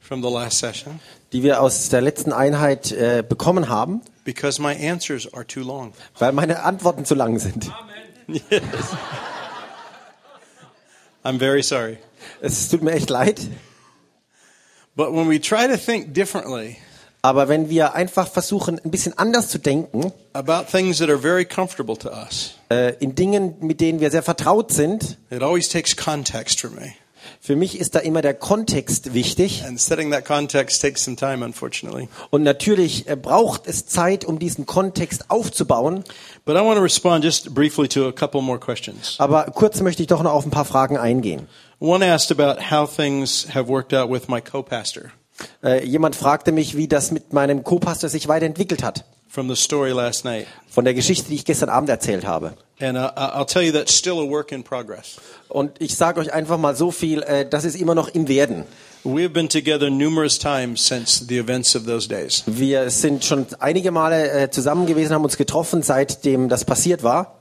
from the last session die wir aus der letzten Einheit äh, bekommen haben, because my answers are too long. weil meine Antworten zu lang sind. Yes. I'm very sorry. Es tut mir echt leid, But when we try to think differently aber wenn wir einfach versuchen, ein bisschen anders zu denken, about things that are very comfortable to us, äh, in Dingen, mit denen wir sehr vertraut sind, it always takes context for me. für mich ist da immer der Kontext wichtig. And setting that context takes some time, unfortunately. Und natürlich äh, braucht es Zeit, um diesen Kontext aufzubauen. But I want to respond just briefly to a couple more questions. Aber kurz möchte ich doch noch auf ein paar Fragen eingehen. One asked about how things have worked out with my co-pastor Äh, jemand fragte mich, wie das mit meinem Co-Pastor sich weiterentwickelt hat. from the story last night. Von der Geschichte, die ich gestern Abend erzählt habe. And uh, I- I'll tell you that's still a work in progress. Und ich sage euch einfach mal so viel, äh, das ist immer noch im Werden. We have been together numerous times since the events of those days. Wir sind schon einige Male äh, zusammen gewesen, haben uns getroffen, seitdem das passiert war.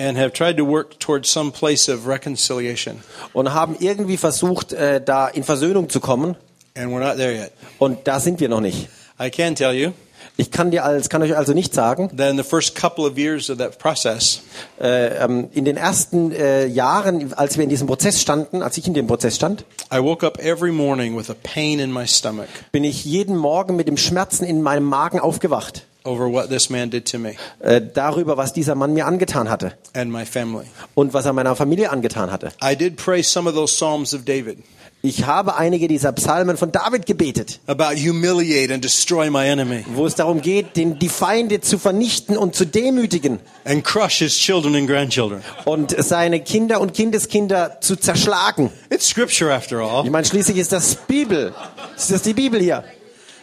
and have tried to work towards some place of reconciliation. Und haben irgendwie versucht, äh, da in Versöhnung zu kommen. And we're not there yet. Und da sind wir noch nicht. I can tell you Ich kann dir als, kann euch also nicht sagen, that in the first couple of years of that process, äh, ähm, in den ersten äh, Jahren, als wir in diesem Prozess standen, als ich in dem Prozess stand, I woke up every morning with a pain in my stomach bin ich jeden Morgen mit dem Schmerzen in meinem Magen aufgewacht. over what this man did to me Äh, darüber, was dieser Mann mir angetan hatte and my family. und was er meiner Familie angetan hatte. I did pray some of those Psalms of David Ich habe einige dieser Psalmen von David gebetet, about humiliate and destroy my enemy wo es darum geht, den, die Feinde zu vernichten und zu demütigen and crush his children and grandchildren. und seine Kinder und Kindeskinder zu zerschlagen. It's scripture after Ich all, meine, schließlich ist das Bibel. Ist das die Bibel hier?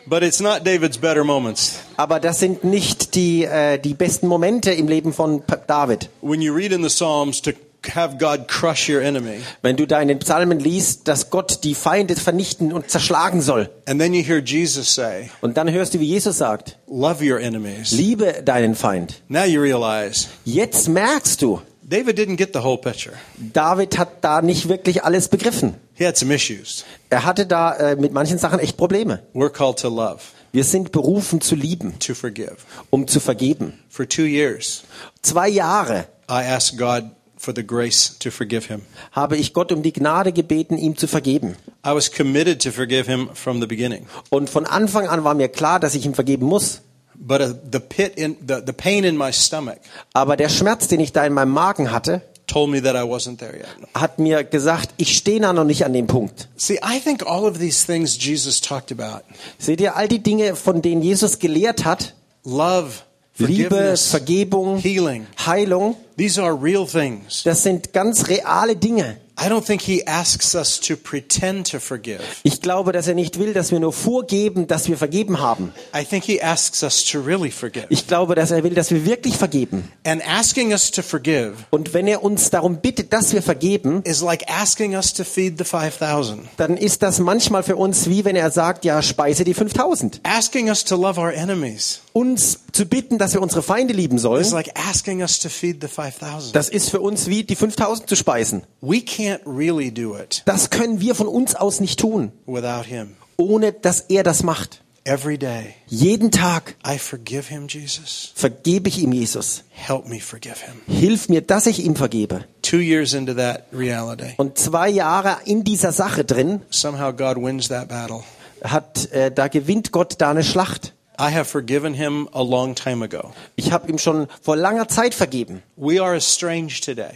but it's not David's better moments. Aber das sind nicht die, äh, die besten Momente im Leben von P- David. When you read in the Psalms to have God crush your enemy, Wenn du da in den Psalmen liest, dass Gott die Feinde vernichten und zerschlagen soll. and then you hear Jesus say, Und dann hörst du, wie Jesus sagt, love your enemies. liebe deinen Feind. Now you realize Jetzt merkst du, David didn't get the whole picture. David hat da nicht wirklich alles begriffen. He had some issues. Er hatte da äh, mit manchen Sachen echt Probleme. We're called to love, Wir sind berufen zu lieben, to forgive. um zu vergeben. For two years, Zwei Jahre I asked God for the grace to forgive him. habe ich Gott um die Gnade gebeten, ihm zu vergeben. I was committed to forgive him from the beginning. Und von Anfang an war mir klar, dass ich ihm vergeben muss. But uh, the pit in the, the pain in my stomach Aber der Schmerz, den ich da in meinem Magen hatte, told me that I wasn't there yet. hat mir gesagt, ich stehe da noch nicht an dem Punkt. See, I think all of these things Jesus talked about Seht ihr, all die Dinge, von denen Jesus gelehrt hat, love, Liebe, forgiveness, Vergebung, healing Heilung, these are real things. das sind ganz reale Dinge. I don't think he asks us to pretend to forgive. Ich glaube, dass er nicht will, dass wir nur vorgeben, dass wir vergeben haben. I think he asks us to really forgive. Ich glaube, dass er will, dass wir wirklich vergeben. And asking us to forgive Und wenn er uns darum bittet, dass wir vergeben, is like asking us to feed the 5,000. dann ist das manchmal für uns wie wenn er sagt, ja, speise die 5000. Asking us to love our enemies Uns zu bitten, dass wir unsere Feinde lieben sollen, is like asking us to feed the 5,000. das ist für uns wie die 5000 zu speisen. We can't really do it Das können wir von uns aus nicht tun, without him. ohne dass er das macht. Every day, Jeden Tag I forgive him, Jesus. vergebe ich ihm Jesus. Help me forgive him. Hilf mir, dass ich ihm vergebe. Two years into that reality, Und zwei Jahre in dieser Sache drin somehow God wins that battle. hat, äh, da gewinnt Gott da eine Schlacht. I have forgiven him a long time ago. Ich habe ihm schon vor langer Zeit vergeben. We are estranged today,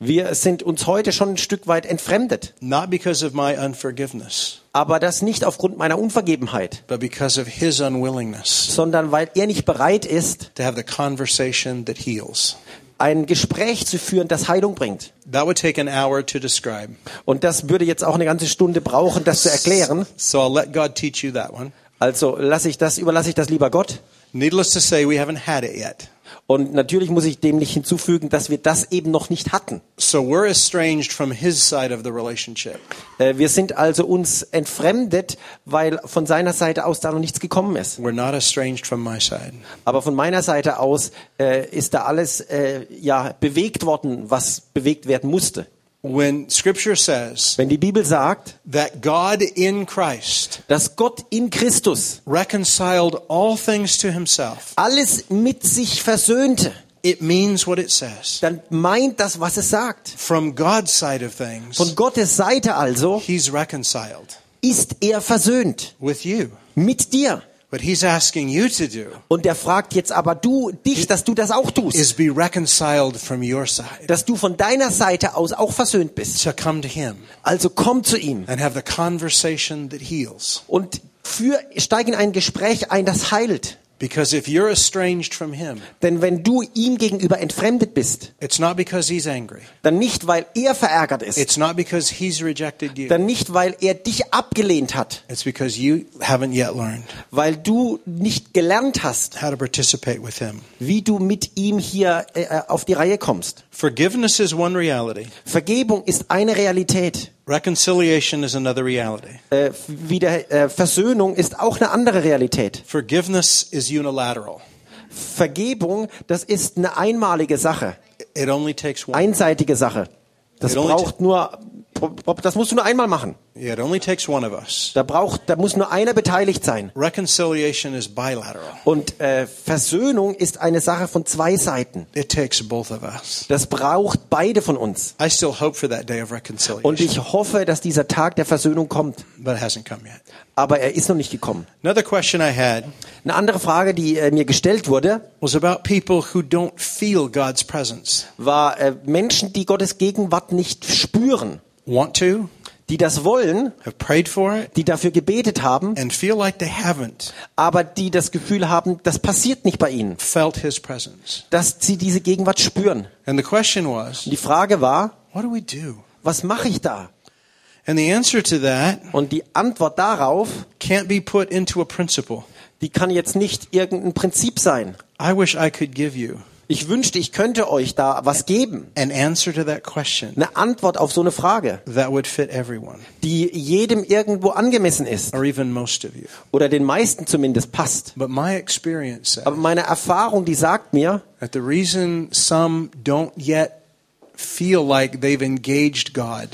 Wir sind uns heute schon ein Stück weit entfremdet, not because of my unforgiveness, aber das nicht aufgrund meiner Unvergebenheit, but because of his unwillingness. sondern weil er nicht bereit ist, to have the conversation that heals. ein Gespräch zu führen, das Heilung bringt. That would take an hour to describe. Und das würde jetzt auch eine ganze Stunde brauchen, das zu erklären. So I'll let God teach you that one. Also lasse ich das, überlasse ich das lieber Gott. Needless to say, we haven't had it yet. Und natürlich muss ich dem nicht hinzufügen, dass wir das eben noch nicht hatten. So we're estranged from his side of the relationship. Äh, Wir sind also uns entfremdet, weil von seiner Seite aus da noch nichts gekommen ist. We're not estranged from my side. Aber von meiner Seite aus äh, ist da alles äh, ja bewegt worden, was bewegt werden musste. When Scripture says Wenn die Bibel sagt, that God in Christ dass Gott in Christus reconciled all things to himself, alles mit sich versöhnte, it means what it says. dann meint das, was es sagt. From God's side of things, Von Gottes Seite also he's reconciled ist er versöhnt with you. mit dir. What he's asking you to do Und er fragt jetzt aber du dich, dass du das auch tust, is be reconciled from your side, dass du von deiner Seite aus auch versöhnt bist. to come to him Also komm zu ihm and have the conversation that heals. und für, steig in ein Gespräch ein, das heilt. Because if you're estranged from him, Denn wenn du ihm gegenüber entfremdet bist, it's not because he's angry. dann nicht, weil er verärgert ist, It's not because he's rejected you. dann nicht, weil er dich abgelehnt hat, It's because you haven't yet learned weil du nicht gelernt hast, how to participate with him. wie du mit ihm hier äh, auf die Reihe kommst. Forgiveness is one reality. Vergebung ist eine Realität. Reconciliation is another reality. Äh, wieder, äh, Versöhnung ist auch eine andere Realität. Forgiveness is unilateral. Vergebung, das ist eine einmalige Sache, It only takes one. einseitige Sache. Das It only braucht nur, das musst du nur einmal machen. Yeah, it only takes one of us. Da braucht, da muss nur einer beteiligt sein. Reconciliation is bilateral. Und äh, Versöhnung ist eine Sache von zwei Seiten. It takes both of us. Das braucht beide von uns. I still hope for that day of Und reconciliation, ich hoffe, dass dieser Tag der Versöhnung kommt. but it hasn't come yet. Aber er ist noch nicht gekommen. Another question I had Eine andere Frage, die äh, mir gestellt wurde, was about people who don't feel God's presence. war äh, Menschen, die Gottes Gegenwart nicht spüren, Want to, die das wollen, have prayed for it, die dafür gebetet haben, and feel like they haven't aber die das Gefühl haben, das passiert nicht bei ihnen, felt his presence. dass sie diese Gegenwart spüren. And the question was, Und die Frage war, what do we do? was mache ich da? And the answer to that Und die Antwort darauf, can't be put into a principle. die kann jetzt nicht irgendein Prinzip sein. I wish I could give you Ich wünschte, ich könnte euch da was geben. an answer to that question Eine Antwort auf so eine Frage, that would fit everyone, die jedem irgendwo angemessen ist. or even most of you. Oder den meisten zumindest passt. But my experience says Aber meine Erfahrung, die sagt mir, that the reason some don't yet feel like they've engaged God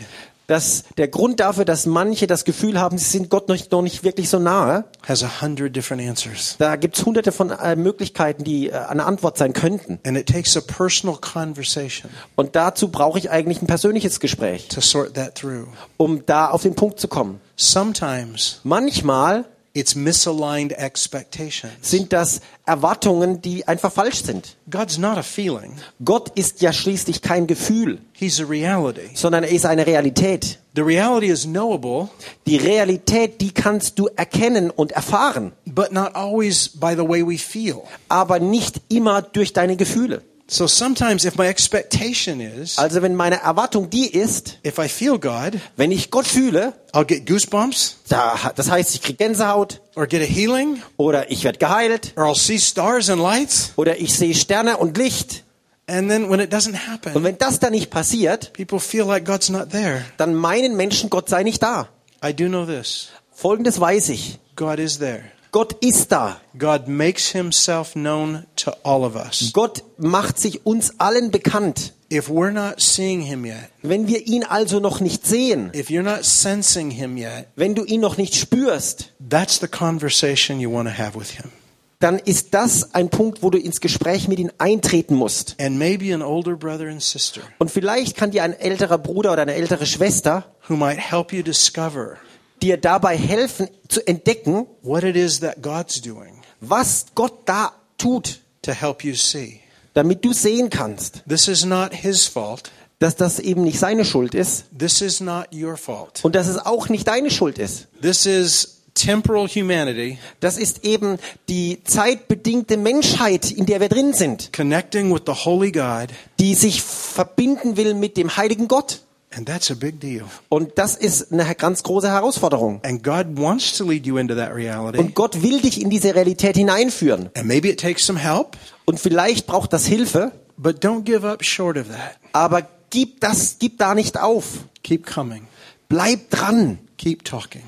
dass der Grund dafür, dass manche das Gefühl haben, sie sind Gott noch nicht, noch nicht wirklich so nahe, has a hundred different answers. da gibt's hunderte von äh, Möglichkeiten, die äh, eine Antwort sein könnten. And it takes a personal conversation Und dazu brauche ich eigentlich ein persönliches Gespräch, to sort that through. um da auf den Punkt zu kommen. Sometimes Manchmal it's misaligned expectations. sind das Erwartungen, die einfach falsch sind. God's not a feeling, Gott ist ja schließlich kein Gefühl, He's a reality. sondern er ist eine Realität. The reality is knowable, Die Realität, die kannst du erkennen und erfahren, but not always by the way we feel. aber nicht immer durch deine Gefühle. So sometimes if my expectation is, Also wenn meine Erwartung die ist, if I feel God, wenn ich Gott fühle, I'll get goosebumps da, das heißt, ich krieg Gänsehaut or get a healing oder ich werde geheilt or I'll see stars and lights. oder ich sehe Sterne und Licht. And then when it doesn't Und happen, wenn das dann nicht passiert, people feel like God's not there. dann meinen Menschen, Gott sei nicht da. I do know this Folgendes weiß ich. God is there. Gott ist da. God makes himself known to all of us. Gott macht sich uns allen bekannt. If we're not seeing him yet, Wenn wir ihn also noch nicht sehen, if you're not sensing him yet, wenn du ihn noch nicht spürst, that's the conversation you want to have with him. dann ist das ein Punkt, wo du ins Gespräch mit ihm eintreten musst. And maybe an older brother and sister Und vielleicht kann dir ein älterer Bruder oder eine ältere Schwester who might help you discover dir dabei helfen zu entdecken, what it is that God's doing was Gott da tut, to help you see. damit du sehen kannst, This is not his fault. dass das eben nicht seine Schuld ist This is not your fault. und dass es auch nicht deine Schuld ist. This is temporal humanity Das ist eben die zeitbedingte Menschheit, in der wir drin sind, connecting with the holy God, die sich verbinden will mit dem heiligen Gott. and that's a big deal. Und das ist eine ganz große Herausforderung. And God wants to lead you into that reality. Und Gott will dich in diese Realität hineinführen. And maybe it takes some help, Und vielleicht braucht das Hilfe, but don't give up short of that. aber gib das, gib da nicht auf. Keep coming. Bleib dran. Keep talking.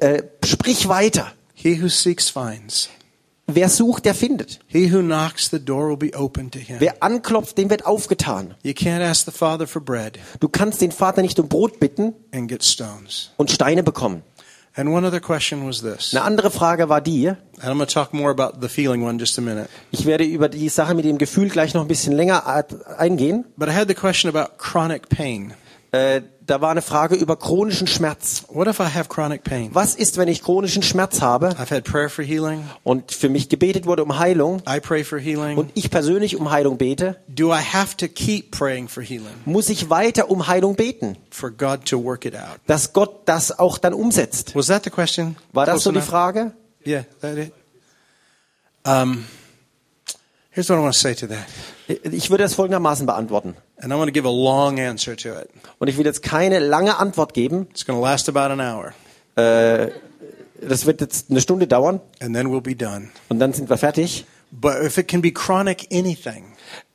Äh, sprich weiter. He who seeks finds, Wer sucht, der findet. He who knocks, the door will be open to him. Wer anklopft, dem wird aufgetan. You can't ask the Father for bread Du kannst den Vater nicht um Brot bitten and get stones. und Steine bekommen. And one other question was this. Eine andere Frage war die, And I'm going to talk more about the feeling one just a minute. ich werde über die Sache mit dem Gefühl gleich noch ein bisschen länger at- eingehen. But I had the question about chronic pain. Äh, da war eine Frage über chronischen Schmerz. What if I have chronic pain? Was ist, wenn ich chronischen Schmerz habe I've had prayer for healing. und für mich gebetet wurde um Heilung I pray for healing. und ich persönlich um Heilung bete? Do I have to keep praying for healing Muss ich weiter um Heilung beten, for God to work it out? dass Gott das auch dann umsetzt? Was that the question? War das Close so die enough? Frage? Yeah, that it. Um, here's what I want to say to that, Ich würde das folgendermaßen beantworten. and I want to give a long answer to it. Und ich will jetzt keine lange Antwort geben. It's going to last about an hour, Das wird jetzt eine Stunde dauern and then we'll be done. und dann sind wir fertig. But if it can be chronic anything,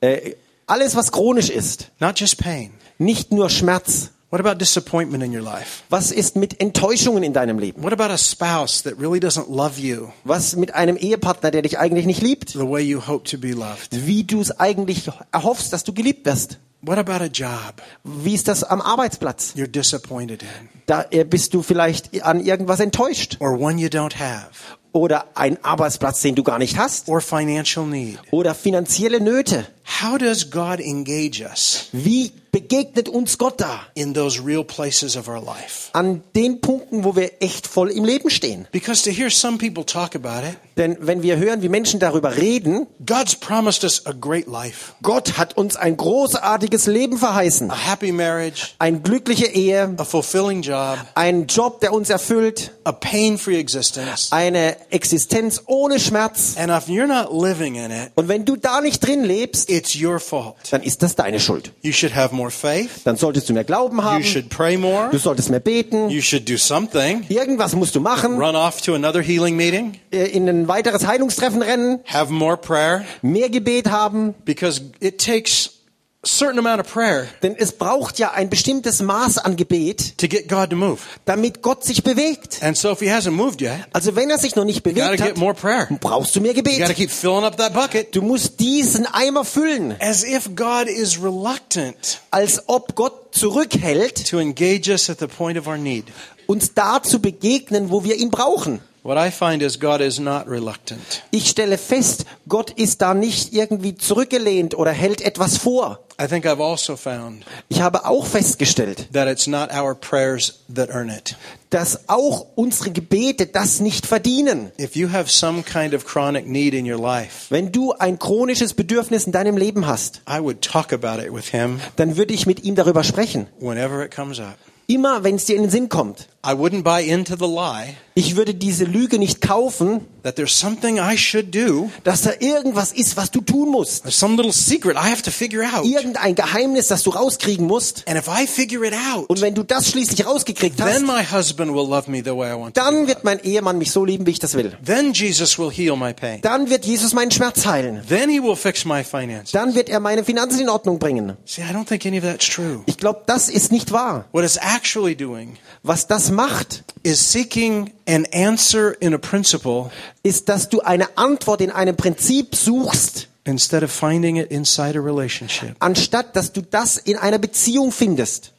Äh, alles, was chronisch ist, not just pain, nicht nur Schmerz. what about disappointment in your life? Was ist mit Enttäuschungen in deinem Leben? What about a spouse that really doesn't love you Was mit einem Ehepartner, der dich eigentlich nicht liebt? the way you hope to be loved? Wie du es eigentlich erhoffst, dass du geliebt wirst? What about a job Wie ist das am Arbeitsplatz? you're disappointed in Da äh, bist du vielleicht an irgendwas enttäuscht. or one you don't have Oder ein Arbeitsplatz, den du gar nicht hast. or financial need? Oder finanzielle Nöte. How does God engage us Wie begegnet uns Gott da? in those real places of our life? An den Punkten, wo wir echt voll im Leben stehen. Because to hear some people talk about it, Denn wenn wir hören, wie Menschen darüber reden, God's promised us a great life, Gott hat uns ein großartiges Leben verheißen. a happy marriage, Eine glückliche Ehe, a fulfilling job, einen Job, der uns erfüllt, a pain-free existence. eine Existenz ohne Schmerz. And if you're not living in it, Und wenn du da nicht drin lebst, it's your fault. dann ist das deine Schuld. You should have more faith. Dann solltest du mehr Glauben You haben, should pray more. du solltest mehr beten, You should do something. irgendwas musst du machen, Run off to another healing meeting. äh, in ein weiteres Heilungstreffen rennen, Have more prayer mehr Gebet haben. because it takes a certain amount of prayer Denn es braucht ja ein bestimmtes Maß an Gebet, to get God to move. damit Gott sich bewegt. And so if he hasn't moved yet, Also wenn er sich noch nicht you got to bewegt get hat, more prayer. brauchst du mehr You got to Gebet. keep filling up that bucket. Du musst diesen Eimer füllen, As if God is reluctant als ob Gott zurückhält, to engage us at the point of our need. uns da zu begegnen, wo wir ihn brauchen. What I find is God is not reluctant. Ich stelle fest, Gott ist da nicht irgendwie zurückgelehnt oder hält etwas vor. I think I've also found Ich habe auch festgestellt, that it's not our prayers that earn it. dass auch unsere Gebete das nicht verdienen. If you have some kind of chronic need in your life, Wenn du ein chronisches Bedürfnis in deinem Leben hast, I would talk about it with him dann würde ich mit ihm darüber sprechen. whenever it comes up. Immer, wenn es dir in den Sinn kommt. I wouldn't buy into the lie Ich würde diese Lüge nicht kaufen, that there's something I should do, dass da irgendwas ist, was du tun musst. there's some little secret I have to figure out. Irgendein Geheimnis, das du rauskriegen musst. And if I figure it out, Und wenn du das schließlich rausgekriegt hast, then my husband will love me the way I want to. be dann loved. wird mein Ehemann mich so lieben, wie ich das will. Then Jesus will heal my pain. Dann wird Jesus meinen Schmerz heilen. Then he will fix my finances. Dann wird er meine Finanzen in Ordnung bringen. See, I don't think any of that's true. Ich glaube, das ist nicht wahr. What it's actually doing Was das macht, is seeking an answer in a principle ist, dass du eine Antwort in einem Prinzip suchst, instead of finding it inside a relationship. anstatt dass du das in einer Beziehung findest.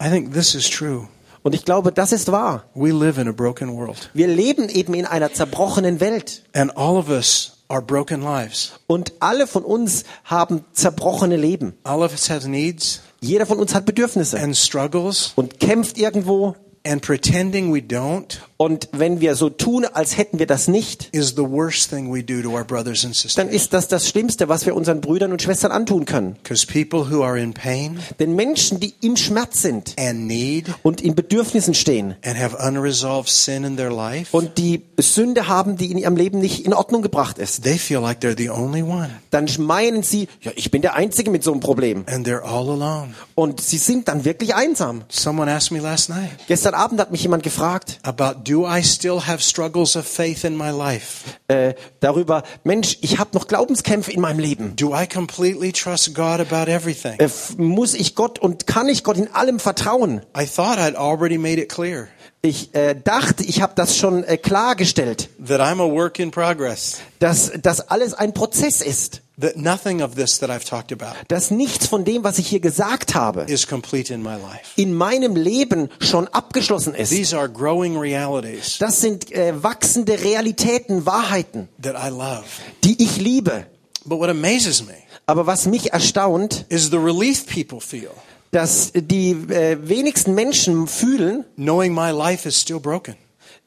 I think this is true. Und ich glaube, das ist wahr. We live in a broken world, Wir leben eben in einer zerbrochenen Welt. and all of us are broken lives. Und alle von uns haben zerbrochene Leben. All of us have needs Jeder von uns hat Bedürfnisse and struggles, und kämpft irgendwo. and pretending we don't Und wenn wir so tun, als hätten wir das nicht, is the worst thing we do to our brothers and sisters. dann ist das das Schlimmste, was wir unseren Brüdern und Schwestern antun können. Because people who are in pain Denn Menschen, die im Schmerz sind and need und in Bedürfnissen stehen and have unresolved sin in their life, und die Sünde haben, die in ihrem Leben nicht in Ordnung gebracht ist, they feel like they're the only one, dann meinen sie, ja, ich bin der Einzige mit so einem Problem. and they're all alone. Und sie sind dann wirklich einsam. Someone asked me last night Gestern Abend hat mich jemand gefragt about do I still have struggles of faith in my life? äh, darüber, Mensch, ich habe noch Glaubenskämpfe in meinem Leben. Do I completely trust God about everything? Äh, f- muss ich Gott und kann ich Gott in allem vertrauen? I thought I'd already made it clear. Ich äh, dachte, ich habe das schon äh, klargestellt, that I'm a work in progress, dass das alles ein Prozess ist, that nothing of this that I've talked about dass nichts von dem, was ich hier gesagt habe, is complete in my life. in meinem Leben schon abgeschlossen ist. These are growing realities Das sind äh, wachsende Realitäten, Wahrheiten, that I love. die ich liebe. But what amazes me Aber was mich erstaunt, is the relief people feel dass die äh, wenigsten Menschen fühlen knowing my life is still broken.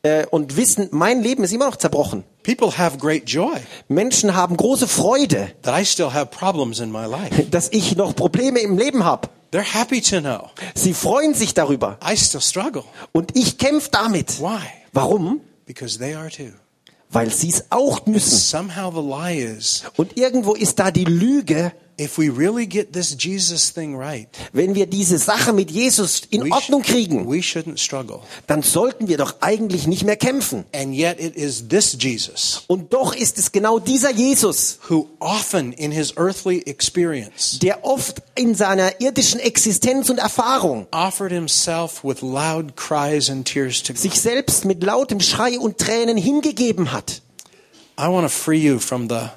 äh, und wissen, mein Leben ist immer noch zerbrochen. People have great joy Menschen haben große Freude, that I still have problems in my life. dass ich noch Probleme im Leben habe. They're happy to know Sie freuen sich darüber I still struggle. und ich kämpfe damit. Why? Warum? Because they are too. Weil sie es auch müssen. Somehow the lie is Und irgendwo ist da die Lüge, if we really get this Jesus thing right, wenn wir diese Sache mit Jesus in we, Ordnung sh- kriegen, we shouldn't struggle. dann sollten wir doch eigentlich nicht mehr kämpfen. And yet it is this Jesus Und doch ist es genau dieser Jesus, who often in his earthly experience der oft in seiner irdischen Existenz und Erfahrung offered himself with loud cries and tears to God. sich selbst mit lautem Schrei und Tränen hingegeben hat. I want to free you from the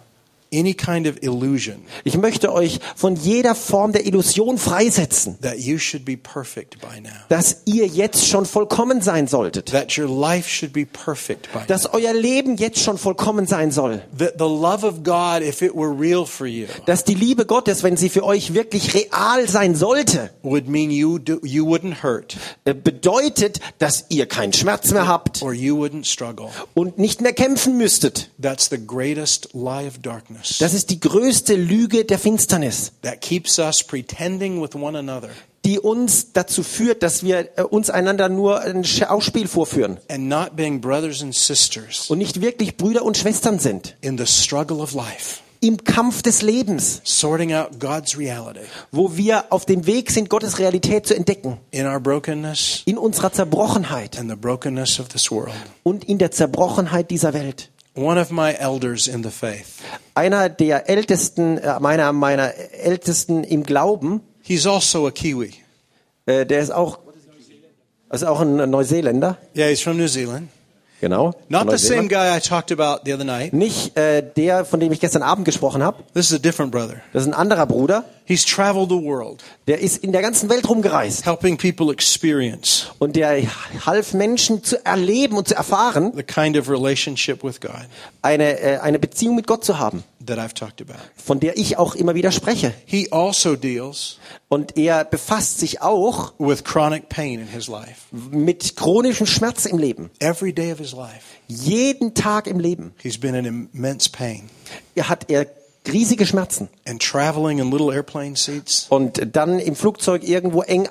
any kind of illusion Ich möchte euch von jeder Form der Illusion freisetzen. that you should be perfect by now. dass ihr jetzt schon vollkommen sein solltet, That your life should be perfect by now. dass euer Leben jetzt schon vollkommen sein soll, That the love of God, if it were real for you, dass die Liebe Gottes, wenn sie für euch wirklich real sein sollte, would mean you do, you wouldn't hurt äh, bedeutet, dass ihr keinen Schmerz mehr habt or you wouldn't struggle. und nicht mehr kämpfen müsstet. That's the greatest lie of darkness Das ist die größte Lüge der Finsternis, that keeps us pretending with one another die uns dazu führt, dass wir äh, uns einander nur ein Schauspiel vorführen and not being brothers and sisters und nicht wirklich Brüder und Schwestern sind. in the struggle of life, Im Kampf des Lebens, sorting out God's reality wo wir auf dem Weg sind, Gottes Realität zu entdecken, in our brokenness in unserer Zerbrochenheit. and the brokenness of this world. und in der Zerbrochenheit dieser Welt. One of my elders in the faith, Einer der ältesten, äh, meiner, meiner ältesten im Glauben, he's also a Kiwi. äh, der ist auch, ist auch ein Neuseeländer. Yeah, he's from New Zealand. Genau. Not the same Neuseeland. guy I talked about the other night. Nicht äh, der, von dem ich gestern Abend gesprochen habe. This is a different brother. Das ist ein anderer Bruder. He's traveled the world, Der ist in der ganzen Welt rumgereist helping people experience und der half Menschen zu erleben und zu erfahren, the kind of relationship with God eine, äh, eine Beziehung mit Gott zu haben, that I've talked about. von der ich auch immer wieder spreche. He also deals Und er befasst sich auch with chronic pain in his life. mit chronischem Schmerz im Leben. Every day of his life, Jeden Tag im Leben. he's been in immense pain Er hat er riesige Schmerzen and traveling in little airplane seats und dann im Flugzeug irgendwo eng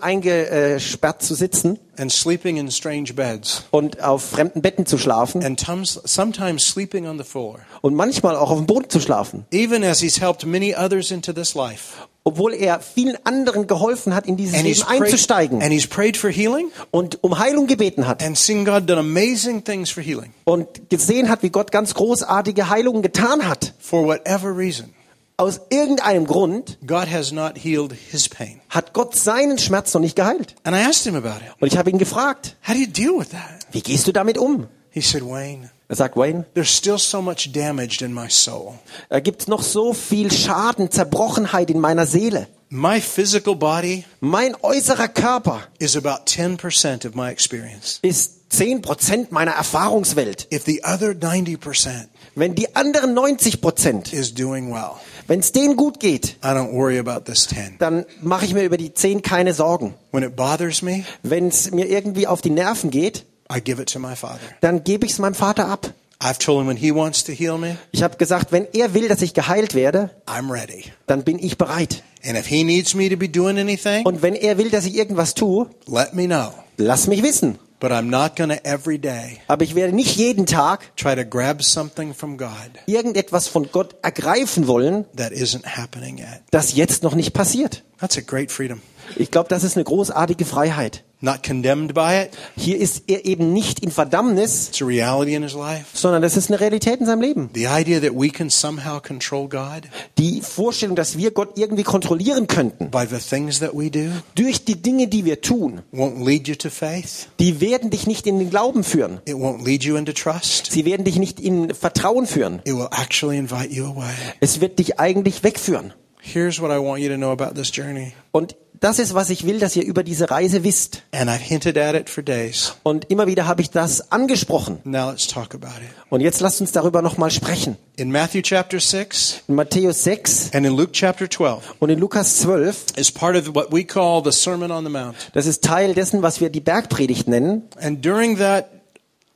eingesperrt zu sitzen and sleeping in strange beds und auf fremden Betten zu schlafen and tums- sometimes sleeping on the floor. und manchmal auch auf dem Boden zu schlafen, Even as he's helped many others into this life, obwohl er vielen anderen geholfen hat, in dieses and he's Leben prayed, einzusteigen and he's prayed for healing und um Heilung gebeten hat and seen God done amazing things for healing und gesehen hat, wie Gott ganz großartige Heilungen getan hat. for whatever reason. Aus irgendeinem Grund God has not healed his pain. hat Gott seinen Schmerz noch nicht geheilt. And I asked him about it. Und ich habe ihn gefragt, How do you deal with that? wie gehst du damit um? He said, Wayne, Er sagt Wayne, there's still so much damaged in my soul. da gibt's noch so viel Schaden, Zerbrochenheit in meiner Seele. My physical body Mein äußerer Körper is about 10% of my experience. ist 10% meiner Erfahrungswelt. If the other 90% Wenn die anderen 90%, is doing well, wenn es denen gut geht, I don't worry about this 10. dann mache ich mir über die 10 keine Sorgen. When it bothers me, Wenn es mir irgendwie auf die Nerven geht, I give it to my Father. dann gebe ich es meinem Vater ab. I've told him when he wants to heal me, Ich habe gesagt, wenn er will, dass ich geheilt werde, I'm ready. dann bin ich bereit. And if he needs me to be doing anything, Und wenn er will, dass ich irgendwas tue, let me know. lass mich wissen. But I'm not going to every day Aber ich werde nicht jeden Tag try to grab something from God irgendetwas von Gott ergreifen wollen, that isn't happening yet. das jetzt noch nicht passiert. That's a great freedom. Ich glaube, das ist eine großartige Freiheit. not condemned by it. Hier ist er eben nicht in Verdammnis, It's a reality in his life. sondern das ist eine Realität in seinem Leben. The idea that we can somehow control God Die Vorstellung, dass wir Gott irgendwie kontrollieren könnten, by the things that we do durch die Dinge, die wir tun, won't lead you to faith. die werden dich nicht in den Glauben führen. It won't lead you into trust. Sie werden dich nicht in Vertrauen führen. It will actually invite you away. Es wird dich eigentlich wegführen. Here's what I want you to know about this journey. Und das ist, was ich will, dass ihr über diese Reise wisst. And I've hinted at it for days. Und immer wieder habe ich das angesprochen. Now let's talk about it. Und jetzt lasst uns darüber nochmal sprechen. In Matthew chapter 6 In Matthäus 6 and in Luke chapter 12 und in Lukas 12, is part of what we call the Sermon on the Mount. das ist Teil dessen, was wir die Bergpredigt nennen. And during that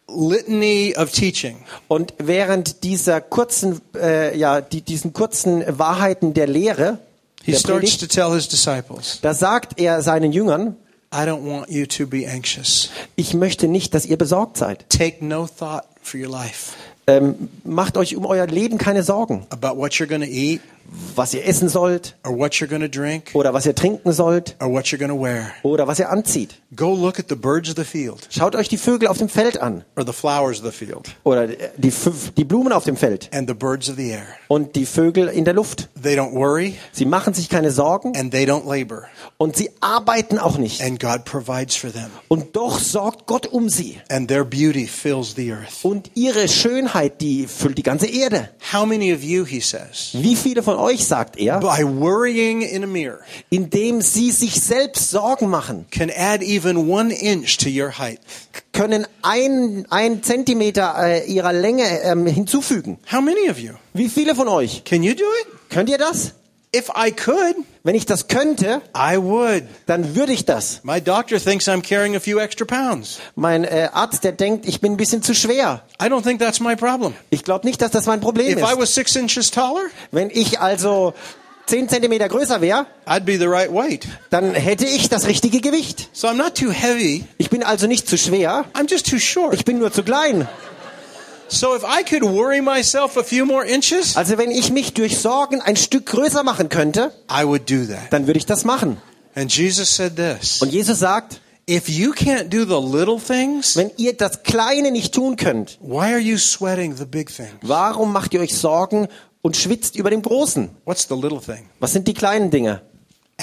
litany of teaching, Und während dieser kurzen, äh, ja, die, diesen kurzen Wahrheiten der Lehre, he der starts Predigt, to tell his disciples, da sagt er seinen Jüngern, I don't want you to be anxious. ich möchte nicht, dass ihr besorgt seid. Take no thought for your life Ähm, macht euch um euer Leben keine Sorgen, about what you're going to eat was ihr essen sollt or what you're going to drink oder was ihr trinken sollt or what you're going to wear. oder was ihr anzieht. Go look at the birds of the field Schaut euch die Vögel auf dem Feld an or the flowers of the field oder die, Fü- die Blumen auf dem Feld and the birds of the air. und die Vögel in der Luft. They don't worry Sie machen sich keine Sorgen and they don't labor, und sie arbeiten auch nicht. and God provides for them. Und doch sorgt Gott um sie. And their beauty fills the earth. Und ihre Schönheit, die füllt die ganze Erde. How many of you, he says, Wie viele von euch, sagt er, by worrying in a mirror indem sie sich selbst Sorgen machen, can add even one inch to your height? können ein, ein Zentimeter äh, ihrer Länge ähm, hinzufügen. How many of you? Wie viele von euch? Can you do it? Könnt ihr das? If I could, Wenn ich das könnte, I would. dann würde ich das. My doctor thinks I'm carrying a few extra pounds. Mein äh, Arzt, der denkt, ich bin ein bisschen zu schwer. I don't think that's my problem. Ich glaube nicht, dass das mein Problem If I ist. was six inches taller, Wenn ich also zehn Zentimeter größer wäre, I'd be the right weight. dann hätte ich das richtige Gewicht. So I'm not too heavy, Ich bin also nicht zu schwer, I'm just too short. ich bin nur zu klein. So if I could worry myself a few more inches, Also wenn ich mich durch Sorgen ein Stück größer machen könnte, I would do that. dann würde ich das machen. And Jesus said this Und Jesus sagt, If you can't do the little things, wenn ihr das Kleine nicht tun könnt, why are you sweating the big things? warum macht ihr euch Sorgen und schwitzt über dem Großen? What's the little thing? Was sind die kleinen Dinge?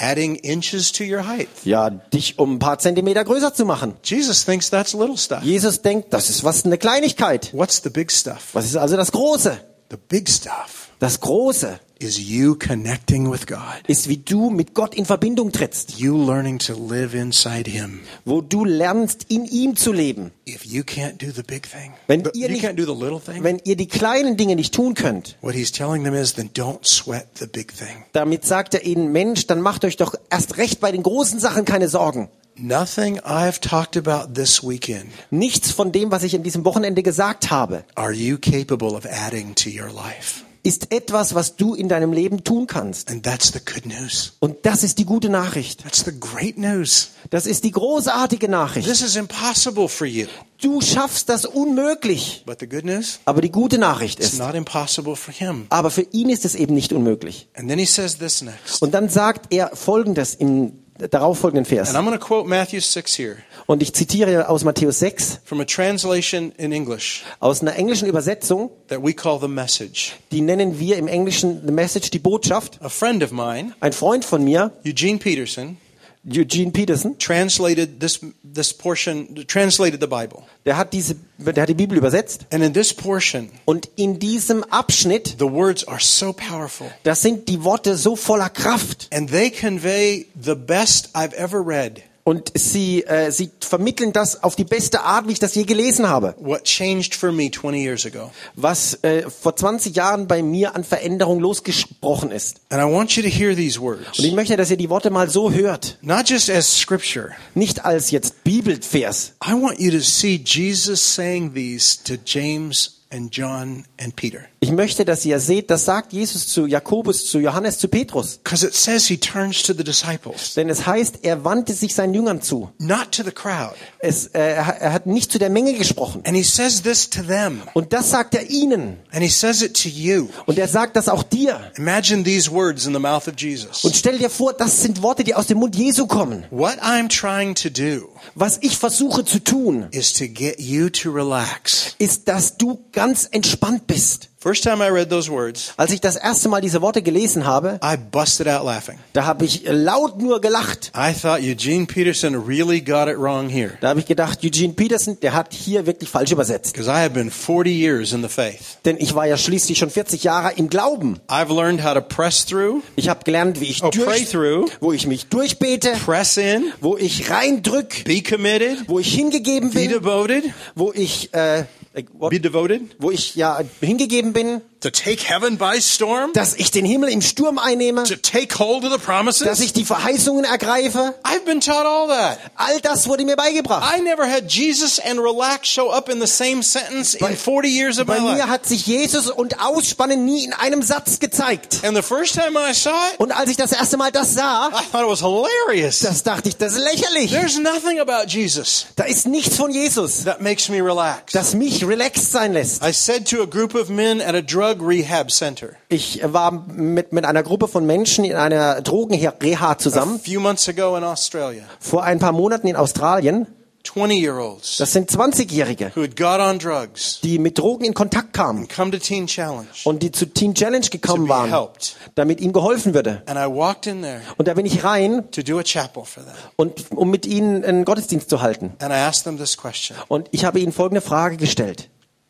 Adding inches to your height. Ja, dich um ein paar Zentimeter größer zu machen. Jesus thinks that's little stuff. Jesus denkt, das ist was eine Kleinigkeit. What's the big stuff? Was ist also das Große? The big stuff Das Große is you connecting with God, ist, wie du mit Gott in Verbindung trittst, you learning to live inside Him. wo du lernst, in ihm zu leben. If you can't do the big thing, Wenn but ihr you nicht- can't do the little thing, Wenn ihr die kleinen Dinge nicht tun könnt, what He's telling them is then don't sweat the big thing. damit sagt er ihnen, Mensch, dann macht euch doch erst recht bei den großen Sachen keine Sorgen. Nothing I've talked about this weekend Nichts von dem, was ich in diesem Wochenende gesagt habe, are you capable of adding to your life. ist etwas, was du in deinem Leben tun kannst. And that's the good news. Und das ist die gute Nachricht. That's the great news. Das ist die großartige Nachricht. This is impossible for you. Du schaffst das unmöglich. But the good news, Aber die gute Nachricht it's ist, not impossible for him. aber für ihn ist es eben nicht unmöglich. And then he says this next. Und dann sagt er Folgendes im darauffolgenden Vers. And I'm going to quote Matthew 6 here Und ich zitiere aus Matthäus 6, from a translation in English aus einer englischen Übersetzung, that we call The Message. die nennen wir im Englischen The Message, die Botschaft. A friend of mine, Ein Freund von mir, Eugene Peterson, Eugene Peterson, translated this, this portion, translated the Bible. der hat diese, der hat die Bibel übersetzt. And in this portion, Und in diesem Abschnitt, the words are so powerful. das sind die Worte so voller Kraft. And they convey the best I've ever read, Und sie, äh, sie vermitteln das auf die beste Art, wie ich das je gelesen habe. what changed for me 20 years ago. Was äh, vor 20 Jahren bei mir an Veränderung losgesprochen ist. And I want you to hear these Und words, ich möchte, dass ihr die Worte mal so hört. not just as scripture. Nicht als jetzt Bibelvers. I want you to see Jesus saying these to James and John and Peter. Ich möchte, dass ihr seht, das sagt Jesus zu Jakobus, zu Johannes, zu Petrus. because it says he turns to the disciples, Denn es heißt, er wandte sich seinen Jüngern zu. not to the crowd. Es, äh, er er hat nicht zu der Menge gesprochen. And he says this to them, Und das sagt er ihnen. and he says it to you. Und er sagt das auch dir. Imagine these words in the mouth of Jesus. Und stell dir vor, das sind Worte, die aus dem Mund Jesu kommen. What I'm trying to do Was ich versuche zu tun, is to get you to relax. ist, dass du ganz entspannt bist. First time I read those words, Als ich das erste Mal diese Worte gelesen habe, I busted out laughing. da habe ich laut nur gelacht. I thought Eugene Peterson really got it wrong here. Da habe ich gedacht, Eugene Peterson, der hat hier wirklich falsch übersetzt. Because I have been 40 years in the faith. Denn ich war ja schließlich schon 40 Jahre im Glauben. I've learned how to press through, Ich habe gelernt, wie ich Oh, pray durch, through. wo ich mich durchbete, press in, wo ich reindrück, be committed, wo ich hingegeben be bin, devoted, wo ich äh, äh, what? be devoted, wo ich ja hingegeben bin, to take heaven by storm, dass ich den Himmel im Sturm einnehme, to take hold of the dass promises. ich die Verheißungen ergreife. I've been taught all that. All das wurde mir beigebracht. I never had Jesus and relax show up in the same sentence in 40 years of my Bei mir life. hat sich Jesus und Ausspannen nie in einem Satz gezeigt. And the first time I saw it, Und als ich das erste Mal das sah, I thought it was hilarious. das dachte ich, das ist lächerlich. Ah. There's nothing about Jesus Da ist nichts von Jesus, that makes me relax. das mich relaxed sein lässt. I said to a group of men at a drug rehab center Ich war mit, mit einer Gruppe von Menschen in einer Drogenreha a zusammen, few months ago in Australia, vor ein paar Monaten in Australien. 20 year olds Das sind 20-Jährige, who had got on drugs, die mit Drogen in Kontakt kamen come to Teen Challenge. und die zu Teen Challenge To gekommen be waren, helped. damit ihnen geholfen würde. And I walked in there Und da bin ich rein, to do a chapel for them. und, um mit ihnen einen Gottesdienst zu halten. And I asked them this question Und ich habe ihnen folgende Frage gestellt.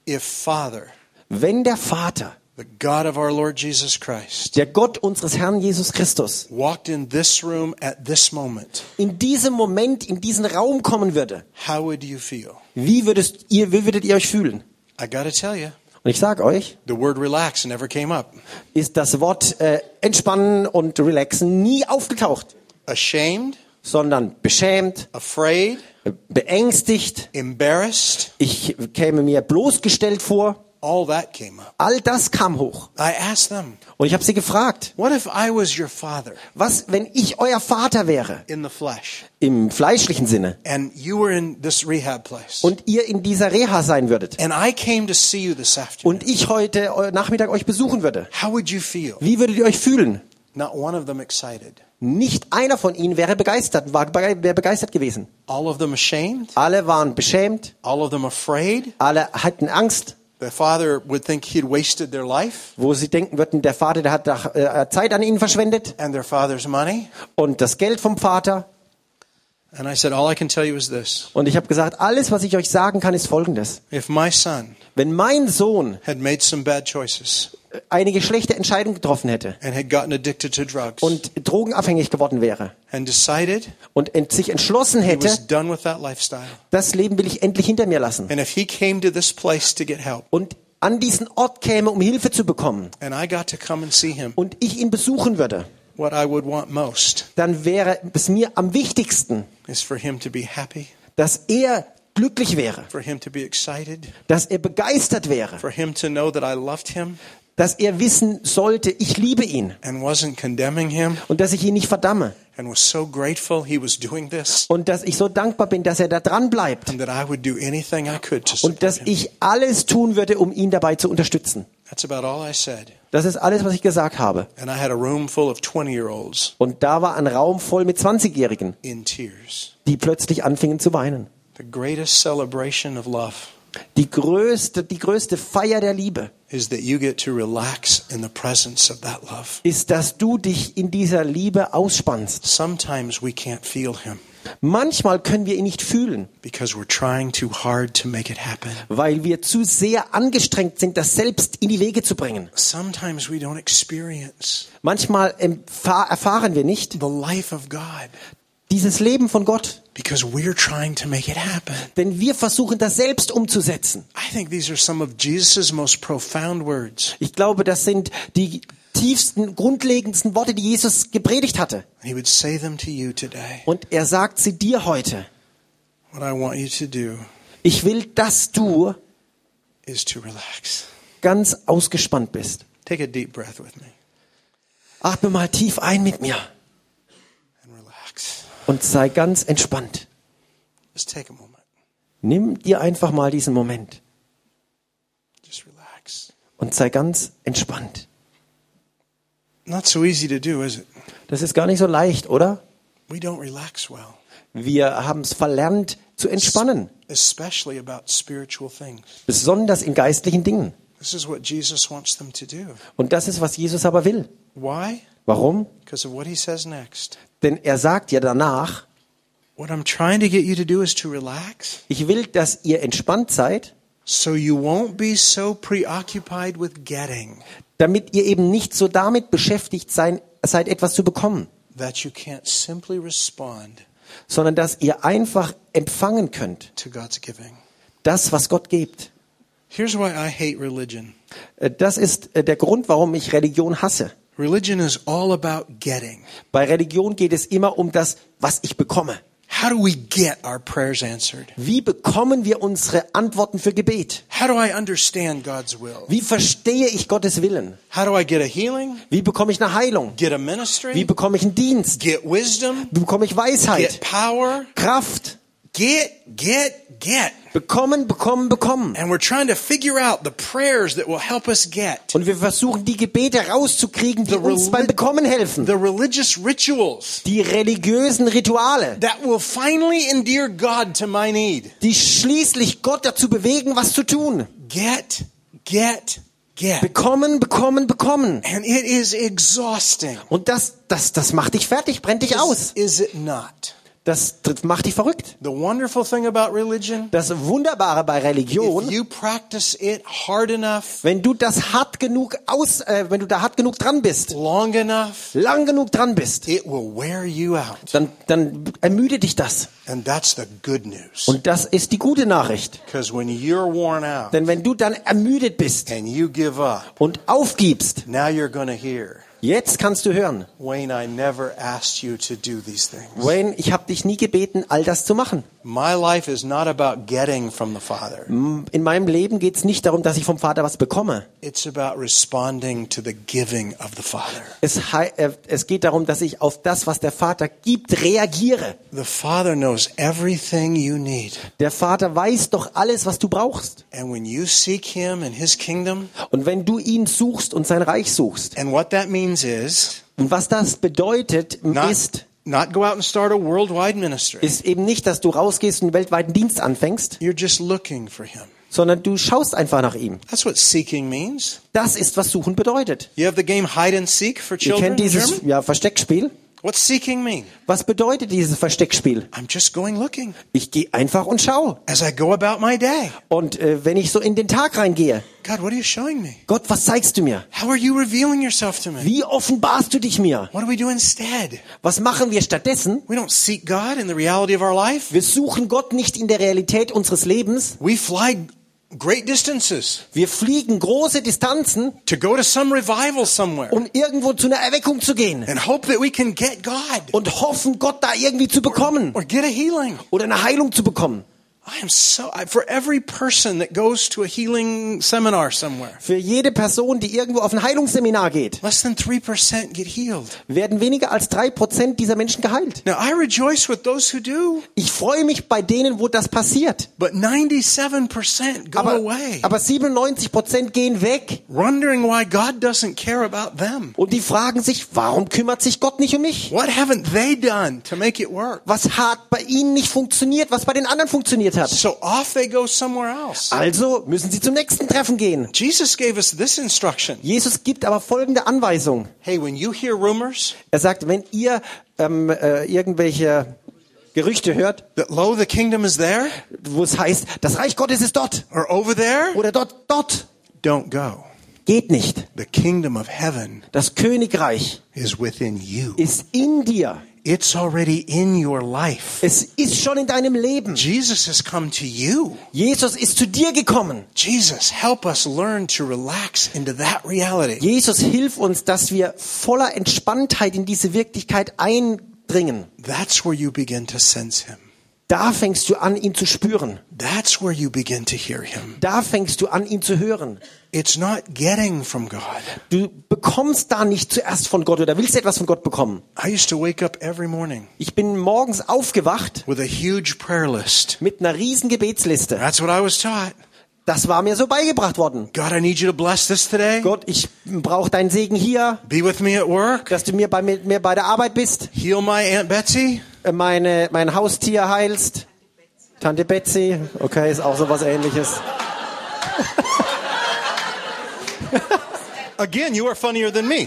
If Father, Wenn der Vater, the God of our Lord Jesus Christ, der Gott unseres Herrn Jesus Christus, walked in this room at this moment, in diesem Moment in diesen Raum kommen würde, how would you feel? wie würdest ihr, wie würdet ihr euch fühlen? I got to tell you, Und ich sage euch, the word relax never came up. ist das Wort äh, entspannen und relaxen nie aufgetaucht, Ashamed, sondern beschämt, afraid, äh, beängstigt, embarrassed, ich käme mir bloßgestellt vor. all that came up. All das kam hoch. I asked them, Und ich habe sie gefragt, What if I was your father was, wenn ich euer Vater wäre, in the flesh im fleischlichen Sinne, and you were in this rehab place und ihr in dieser Reha sein würdet, and I came to see you this afternoon? und ich heute eu- Nachmittag euch besuchen würde, How would you feel? wie würdet ihr euch fühlen? Not one of them excited. Nicht einer von ihnen wäre begeistert, war bege- wäre begeistert gewesen. All of them ashamed, Alle waren beschämt, all of them afraid. alle hatten Angst, The father would think he'd wasted their life wo sie denken würden, der Vater, der hat doch, äh, Zeit an ihnen verschwendet and their father's money. und das Geld vom Vater. And I said, All I can tell you is this Und ich habe gesagt, alles, was ich euch sagen kann, ist Folgendes. if my son Wenn mein Sohn had made some bad choices äh, eine schlechte Entscheidung getroffen hätte and had gotten addicted to drugs und drogenabhängig geworden wäre and decided und ent sich entschlossen he was hätte, done with that lifestyle, das Leben will ich endlich hinter mir lassen and if he came to this place to get help, und an diesen Ort käme, um Hilfe zu bekommen, and I got to come and see him, und ich ihn besuchen würde, what I would want most dann wäre es mir am wichtigsten, is for him to be happy, dass er glücklich wäre, for him to be excited, dass er begeistert wäre, for him to know that I loved him dass er wissen sollte, ich liebe ihn and wasn't condemning him und dass ich ihn nicht verdamme and was so grateful he was doing this und dass ich so dankbar bin, dass er da dran bleibt and that I would do anything I could to und support dass him. ich alles tun würde, um ihn dabei zu unterstützen. That's about all I said. Das ist alles, was ich gesagt habe. And I had a room full of 20 year olds Und da war ein Raum voll mit 20-Jährigen, in tears. die plötzlich anfingen zu weinen. The greatest celebration of love Die größte, die größte Feier der Liebe is that you get to relax in the presence of that love. ist, dass du dich in dieser Liebe ausspannst. Sometimes we can't feel him Manchmal können wir ihn nicht fühlen, because we're trying too hard to make it happen. weil wir zu sehr angestrengt sind, das selbst in die Wege zu bringen. Sometimes we don't experience Manchmal empfa- erfahren wir nicht the life of God dieses Leben von Gott, because we're trying to make it happen. denn wir versuchen das selbst umzusetzen. I think these are some of Jesus' most profound words. Ich glaube, das sind die tiefsten, grundlegendsten Worte, die Jesus gepredigt hatte. He would say them to you today. Und er sagt sie dir heute. What I want you to do Ich will, dass du is to relax. ganz ausgespannt bist. Take a deep breath with me Atme mal tief ein mit mir and relax. und sei ganz entspannt. Just take a moment. Nimm dir einfach mal diesen Moment Just relax. und sei ganz entspannt. Not so easy to do, is it? Das ist gar nicht so leicht, oder? We don't relax well, Wir haben es verlernt zu entspannen, especially about spiritual things. besonders in geistlichen Dingen. This is what Jesus wants them to do. Und das ist, was Jesus aber will. Why? Warum? Because of what he says next. Denn er sagt ja danach, What I'm trying to get you to do is to relax ich will, dass ihr entspannt seid, so you won't be so preoccupied with getting damit ihr eben nicht so damit beschäftigt sein, seid, etwas zu bekommen, that you can't simply respond sondern dass ihr einfach empfangen könnt, to God's giving. das, was Gott gibt. Here's why I hate religion Äh, Das ist äh, der Grund, warum ich Religion hasse. religion is all about getting. Bei Religion geht es immer um das, was ich bekomme. How do we get our prayers answered? Wie bekommen wir unsere Antworten für Gebet? How do I understand God's will? Wie verstehe ich Gottes Willen? How do I get a healing? Wie bekomme ich eine Heilung? Get a Wie ministry? bekomme ich einen Dienst? Get wisdom? Wie bekomme ich Get Weisheit? power? Kraft? Get, get, get. Bekommen, bekommen, bekommen. And we're trying to figure out the prayers that will help us get. Und wir versuchen, die Gebete rauszukriegen, die The reli- uns beim Bekommen helfen. The religious rituals Die religiösen Rituale, that will finally endear God to my need. die schließlich Gott dazu bewegen, was zu tun. Get, get, get. Bekommen, bekommen, bekommen. And it is exhausting. Und das, das, das macht dich fertig, brennt dich aus. Is it not? Das tr- macht dich verrückt. The wonderful thing about religion, Das Wunderbare bei if Religion, you practice it hard enough, wenn du das hart genug aus, äh, wenn du da hart genug dran bist, long enough, lang genug dran bist, it will wear you out. dann, dann ermüde dich das. And that's the good news. Und das ist die gute Nachricht. Because when you're worn out Denn wenn du dann ermüdet bist and you give up, und aufgibst, now you're going to hear, jetzt kannst du hören, Wayne, I never asked you to do these things. Wayne, ich habe dich nie gebeten, all das zu machen. My life is not about getting from the Father. In meinem Leben geht es nicht darum, dass ich vom Vater was bekomme. It's about responding to the giving of the Father. Es, hei- äh, es geht darum, dass ich auf das, was der Vater gibt, reagiere. The Father knows everything you need. Der Vater weiß doch alles, was du brauchst. And when you seek Him and His kingdom, Und wenn du ihn suchst und sein Reich suchst, and what that means is und was das bedeutet, not, ist, not go out and start a worldwide ministry. ist eben nicht, dass du rausgehst und einen weltweiten Dienst anfängst, You're just looking for Him. sondern du schaust einfach nach ihm. That's what seeking means. Das ist, was Suchen bedeutet. You have the game hide and seek for Ihr children kennt in dieses German? ja, Versteckspiel. What's seeking mean? Was bedeutet dieses Versteckspiel? I'm just going looking Ich gehe einfach und schaue. as I go about my day. Und äh, wenn ich so in den Tag reingehe, God, what are you showing me? Gott, was zeigst du mir? How are you revealing yourself to me? Wie offenbarst du dich mir? What do we do instead? Was machen wir stattdessen? We don't seek God in the reality of our life. Wir suchen Gott nicht in der Realität unseres Lebens. We fly great distances Wir fliegen große Distanzen, to go to some revival somewhere um irgendwo zu einer Erweckung zu gehen and hope that we can get God und hoffen, Gott da irgendwie zu bekommen or get a healing. oder eine Heilung zu bekommen. I am so, I, for every person that goes to a healing seminar somewhere, Für jede Person, die irgendwo auf ein Heilungsseminar geht, less than 3% get healed. werden weniger als drei Prozent dieser Menschen geheilt. Now, I rejoice with those who do, Ich freue mich bei denen, wo das passiert. but 97% go Aber, away, aber 97 Prozent gehen weg wondering why God doesn't care about them. und die fragen sich, warum kümmert sich Gott nicht um mich? What haven't they done to make it work? Was hat bei ihnen nicht funktioniert, was bei den anderen funktioniert hat? So off they go somewhere else. Also müssen sie zum nächsten Treffen gehen. Jesus gave us this instruction. Jesus gibt aber folgende Anweisung. Hey, when you hear rumors Er sagt, wenn ihr ähm, äh, irgendwelche Gerüchte hört, that lo, the kingdom is there wo es heißt, das Reich Gottes ist dort or over there, oder dort, dort, don't go. geht nicht. The kingdom of heaven Das Königreich is within you. ist in dir. It's already in your life. Es ist schon in deinem Leben. Jesus has come to you. Jesus ist zu dir gekommen. Jesus, help us learn to relax into that reality. Jesus, hilf uns, dass wir voller Entspanntheit in diese Wirklichkeit eindringen. That's where you begin to sense him. Da fängst du an, ihn zu spüren. That's where you begin to hear Him. Da fängst du an, ihn zu hören. It's not getting from God. Du bekommst da nicht zuerst von Gott oder willst etwas von Gott bekommen. I used to wake up every morning Ich bin morgens aufgewacht with a huge prayer list. mit einer riesen Gebetsliste. That's what I was taught. Das war mir so beigebracht worden. God, I need you to bless this today. Gott, ich brauche deinen Segen hier, Be with me at work. dass du mir bei, mit mir bei der Arbeit bist, Heal my Aunt Betsy. äh, meine, mein Haustier heilst. Tante Betsy, okay, ist auch sowas ähnliches. Again, you are funnier than me.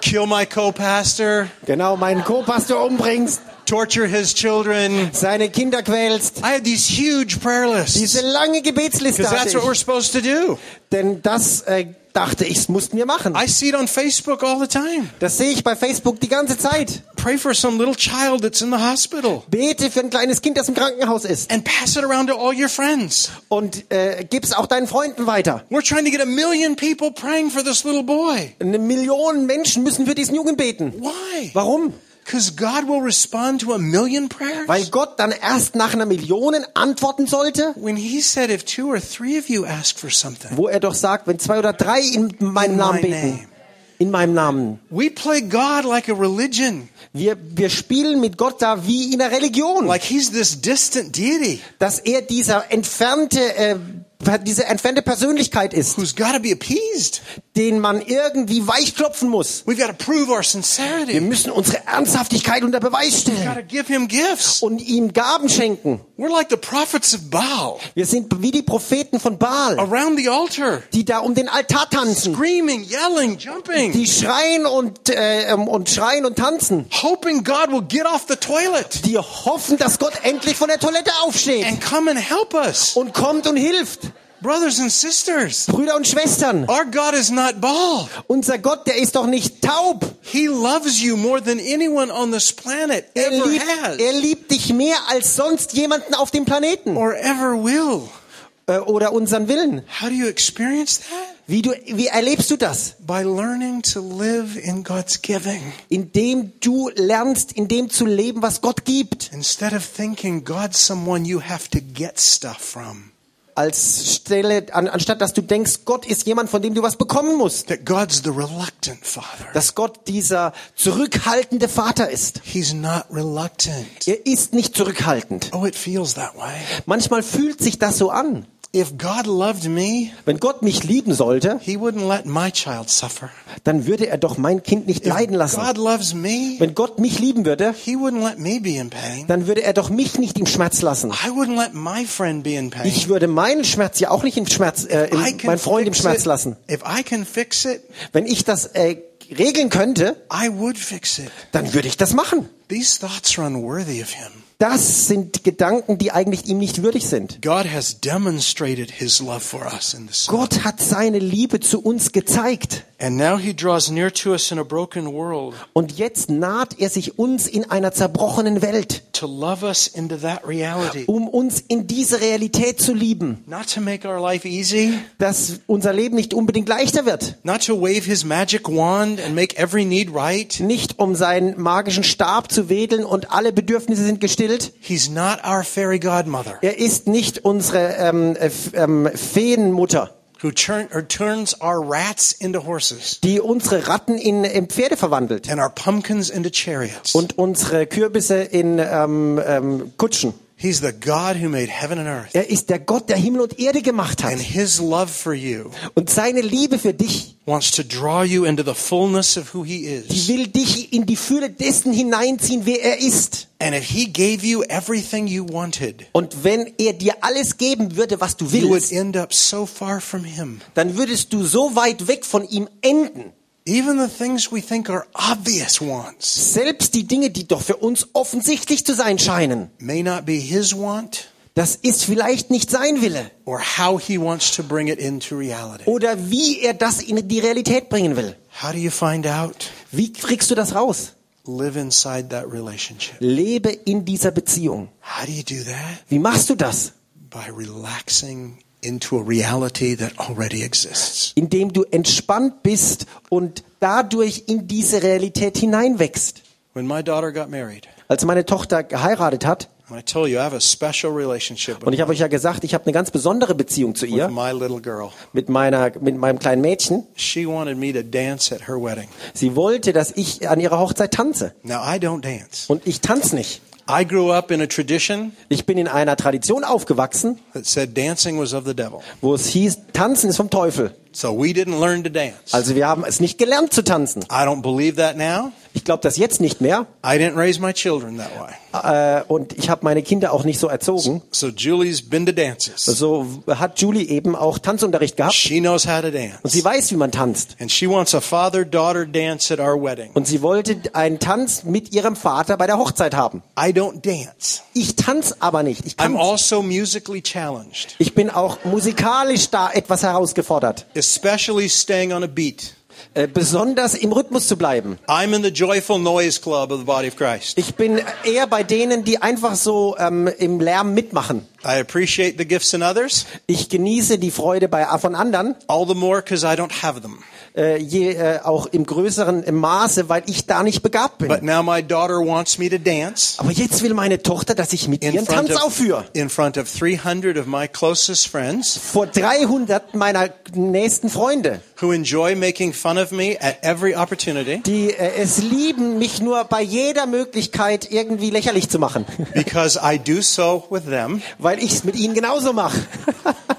Kill my co-pastor. Genau, meinen Co-Pastor umbringst, Torture his children. seine Kinder quälst. I had these huge prayer lists. Diese lange Gebetsliste Because hatte that's what we're ich, supposed to do. denn das äh, dachte ich, das mussten wir machen. I see it on Facebook all the time. Das sehe ich bei Facebook die ganze Zeit. Pray for some little child that's in the hospital. Bete für ein kleines Kind, das im Krankenhaus ist. And pass it around to all your friends. Und äh, gib's auch deinen Freunden weiter. We're trying to get a million people praying for this little boy. Eine Million Menschen müssen für diesen Jungen beten. Why? Warum? Because God will respond to a million prayers. Weil Gott dann erst nach einer Million antworten sollte? When he said, if two or three of you ask for something, Wo er doch sagt, wenn zwei oder drei in meinem In Namen my beten. name. In meinem Namen. we play God like a religion, Wir, wir spielen mit Gott da wie in der Religion. like he's this distant deity Dass er dieser entfernte, äh, diese entfernte Persönlichkeit ist, who's got to be appeased. den man irgendwie weichklopfen muss. We've got to prove our Wir sincerity. müssen unsere Ernsthaftigkeit unter Beweis We've got stellen to give him gifts. und ihm Gaben schenken. We're like the prophets of Baal Wir sind wie die Propheten von Baal, around the altar, die da um den Altar tanzen. screaming, yelling, jumping, Die schreien und, äh, ähm, und schreien und tanzen. hoping God will get off the toilet Die hoffen, dass Gott endlich von der Toilette aufsteht and come and help us. und kommt und hilft. Brothers and sisters, Brüder und Schwestern, our God is not Baal. unser Gott, der ist doch nicht taub. He loves you more than anyone on this planet Er ever liebt, er has liebt dich mehr als sonst jemanden auf dem Planeten or ever will. äh, oder unseren Willen. How do you experience that? Wie, du, wie erlebst du das? By learning to live in God's giving Indem du lernst, in dem zu leben, was Gott gibt. instead of thinking God's someone you have to get stuff from, Als Stelle, an, anstatt dass du denkst, Gott ist jemand, von dem du was bekommen musst. that God's the reluctant father. Dass Gott dieser zurückhaltende Vater ist. He's not reluctant. Er ist nicht zurückhaltend. Oh, it feels that way. Manchmal fühlt sich das so an. If God loved me, Wenn Gott mich lieben sollte, he wouldn't let my child suffer. dann würde er doch mein Kind nicht If leiden lassen. God loves me, Wenn Gott mich lieben würde, he wouldn't let me be in pain. dann würde er doch mich nicht im Schmerz lassen. I wouldn't let my friend be in pain. Ich würde meinen Schmerz ja auch nicht im Schmerz, äh, I im, can meinen Freund im fix Schmerz it. lassen. If I can fix it, Wenn ich das äh, regeln könnte, I would fix it. dann würde ich das machen. These thoughts are unworthy of him. Das sind Gedanken, die eigentlich ihm nicht würdig sind. God has demonstrated his love for us in the Son. Gott hat seine Liebe zu uns gezeigt. And now he draws near to us in a broken world Und jetzt naht er sich uns in einer zerbrochenen Welt, to love us into that reality. um uns in diese Realität zu lieben. Not to make our life easy, dass unser Leben nicht unbedingt leichter wird. not to wave his magic wand and make every need right. Nicht um seinen magischen Stab zu wedeln und alle Bedürfnisse sind gestillt. He's not our fairy godmother Er ist nicht unsere ähm, äh, F- ähm, Feenmutter, who turn, or turns our rats into horses die unsere Ratten in, in Pferde verwandelt and our pumpkins into chariots. und unsere Kürbisse in ähm, ähm, Kutschen. He's the God who made heaven and earth. Er ist der Gott, der Himmel und Erde gemacht hat. And his love for you Und seine Liebe für dich, wants to draw you into the fullness of who he die is. will dich in die Fülle dessen hineinziehen, wer er ist. And if he gave you everything you wanted, Und wenn er dir alles geben würde, was du you would willst, end up so far from him. dann würdest du so weit weg von ihm enden. Even the things we think are obvious wants Selbst die Dinge, die doch für uns offensichtlich zu sein scheinen, may not be his want das ist vielleicht nicht sein Wille or how he wants to bring it into reality. oder wie er das in die Realität bringen will. How do you find out? Wie kriegst du das raus? Live inside that relationship. Lebe in dieser Beziehung. How do you do that? Wie machst du das? By relaxing into a reality that already exists. Indem du entspannt bist und dadurch in diese Realität hineinwächst. When my daughter got married, Als meine Tochter geheiratet hat, and I tell you, I have a special relationship und with, ich habe euch ja gesagt, ich habe eine ganz besondere Beziehung zu with ihr, my little girl. mit, meiner, mit meinem kleinen Mädchen. She wanted me to dance at her wedding. Sie wollte, dass ich an ihrer Hochzeit tanze. Now, I don't dance. Und ich tanze nicht. I grew up in a tradition Ich bin in einer Tradition aufgewachsen, that said dancing was of the devil. wo es hieß, tanzen ist vom Teufel. So we didn't learn to dance. Also wir haben es nicht gelernt zu tanzen. I don't believe that now. Ich glaube das jetzt nicht mehr. I didn't raise my children that way. Äh, und ich habe meine Kinder auch nicht so erzogen. So Julie's been to dances. So hat Julie eben auch Tanzunterricht gehabt. She knows how to Und dance. sie weiß, wie man tanzt. And she wants a father daughter dance at our wedding. Und sie wollte einen Tanz mit ihrem Vater bei der Hochzeit haben. I don't dance. Ich tanz aber nicht. Ich, I'm tanz. also musically challenged, ich bin auch musikalisch da etwas herausgefordert. especially staying on a beat. Äh, besonders im Rhythmus zu bleiben. I'm in the joyful noise club of the body of Christ. Ich bin eher bei denen, die einfach so ähm, im Lärm mitmachen. I appreciate the gifts in others, Ich genieße die Freude bei von anderen, all the more because I don't have them. äh, je, äh, auch im größeren Maße, weil ich da nicht begabt bin. But now my daughter wants me to dance Aber jetzt will meine Tochter, dass ich mit ihr in einen front Tanz of, aufführe. in front of 300 of my closest friends Vor 300 meiner nächsten Freunde, who enjoy making fun of me at every opportunity die äh, es lieben, mich nur bei jeder Möglichkeit irgendwie lächerlich zu machen, because I do so with them. weil ich es mit ihnen genauso mache.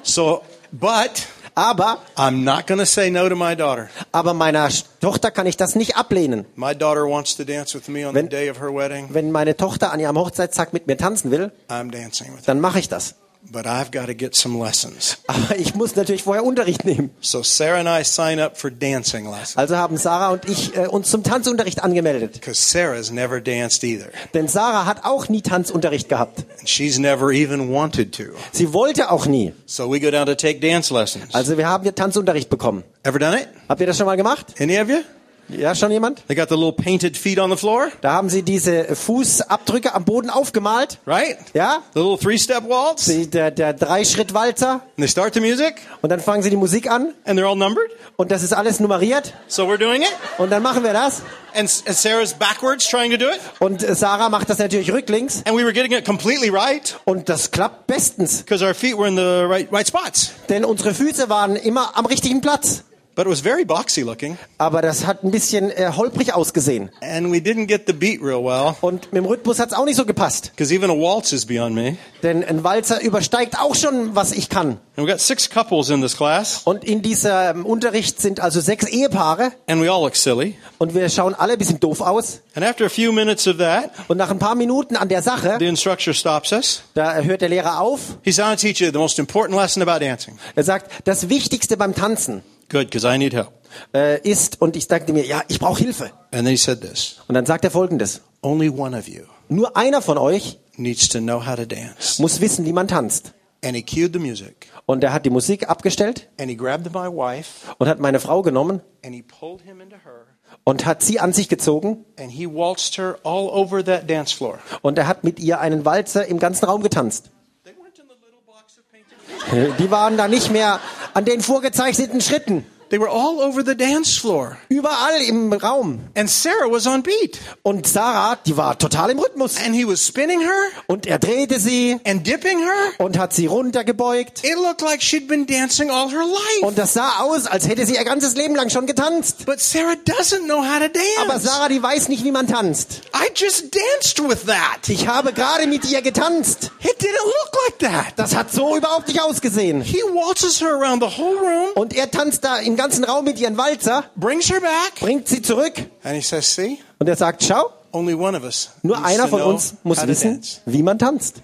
So, but aber, I'm not going to say no to my daughter. aber meiner Tochter kann ich das nicht ablehnen. My daughter wants to dance with me on the Wenn- day of her wedding. Wenn meine Tochter an ihrem Hochzeitstag mit mir tanzen will, I'm dancing with her. dann mache ich das. But I've got to get some lessons. Aber ich muss natürlich vorher Unterricht nehmen. So Sarah and I sign up for dancing lessons Also haben Sarah und ich äh, uns zum Tanzunterricht angemeldet. because Sarah's never danced either. Denn Sarah hat auch nie Tanzunterricht gehabt. And she's never even wanted to. Sie wollte auch nie. So we go down to take dance lessons. Also wir haben hier Tanzunterricht bekommen. Ever done it? Habt ihr das schon mal gemacht? Any of you? Ja, schon jemand? They got the little painted feet on the floor, Da haben sie diese Fußabdrücke am Boden aufgemalt. right? Ja? The little three step waltz. And Die, der, der Dreischritt-Walzer. they start the music Und dann fangen sie die Musik an. and they're all numbered. Und das ist alles nummeriert. So we're doing it. Und dann machen wir das. And, S- and Sarah's backwards trying to do it. Und äh, Sarah macht das natürlich rücklings. And we were getting it completely right Und das klappt bestens. because our feet were in the right, right spots. Denn unsere Füße waren immer am richtigen Platz. But it was very boxy looking. Aber das hat ein bisschen äh, holprig ausgesehen. And we didn't get the beat real well Und mit dem Rhythmus hat's auch nicht so gepasst. because even a waltz is beyond me. Denn ein Walzer übersteigt auch schon, was ich kann. And we got six couples in this class, Und in diesem Unterricht sind also sechs Ehepaare. and we all look silly. Und wir schauen alle ein bisschen doof aus. And after a few minutes of that, Und nach ein paar Minuten an der Sache, the instructor stops us. da hört der Lehrer auf. He's going to teach you the most important lesson about dancing. Er sagt, das Wichtigste beim Tanzen Good, because I need help. äh, ist, und ich dachte mir, ja, ich brauche Hilfe. And then he said this Und dann sagt er folgendes. Only one of you Nur einer von euch needs to know how to dance. muss wissen, wie man tanzt. And he cued the music, Und er hat die Musik abgestellt and he grabbed my wife, und hat meine Frau genommen and he pulled him into her, und hat sie an sich gezogen and he waltzed her all over that dance floor. und er hat mit ihr einen Walzer im ganzen Raum getanzt. They weren't in the little box of painted Die waren da nicht mehr an den vorgezeichneten Schritten. They were all over the dance floor. Überall im Raum. And Sarah was on beat. Und Sarah, die war total im Rhythmus. And he was spinning her Und er drehte sie and dipping her. und hat sie runtergebeugt. It looked like she'd been dancing all her life. Und das sah aus, als hätte sie ihr ganzes Leben lang schon getanzt. But Sarah doesn't know how to Aber dance. Sarah, die weiß nicht, wie man tanzt. I just danced with that. Ich habe gerade mit ihr getanzt. It didn't look like that. Das hat so überhaupt nicht ausgesehen. He waltzes her around the whole room, Und er tanzt da im ganzen Raum mit ihren Walzer, brings her back, bringt sie zurück and he says, "See, und er sagt, schau, only one of us nur needs einer to von know uns muss how to wissen, dance. wie man tanzt.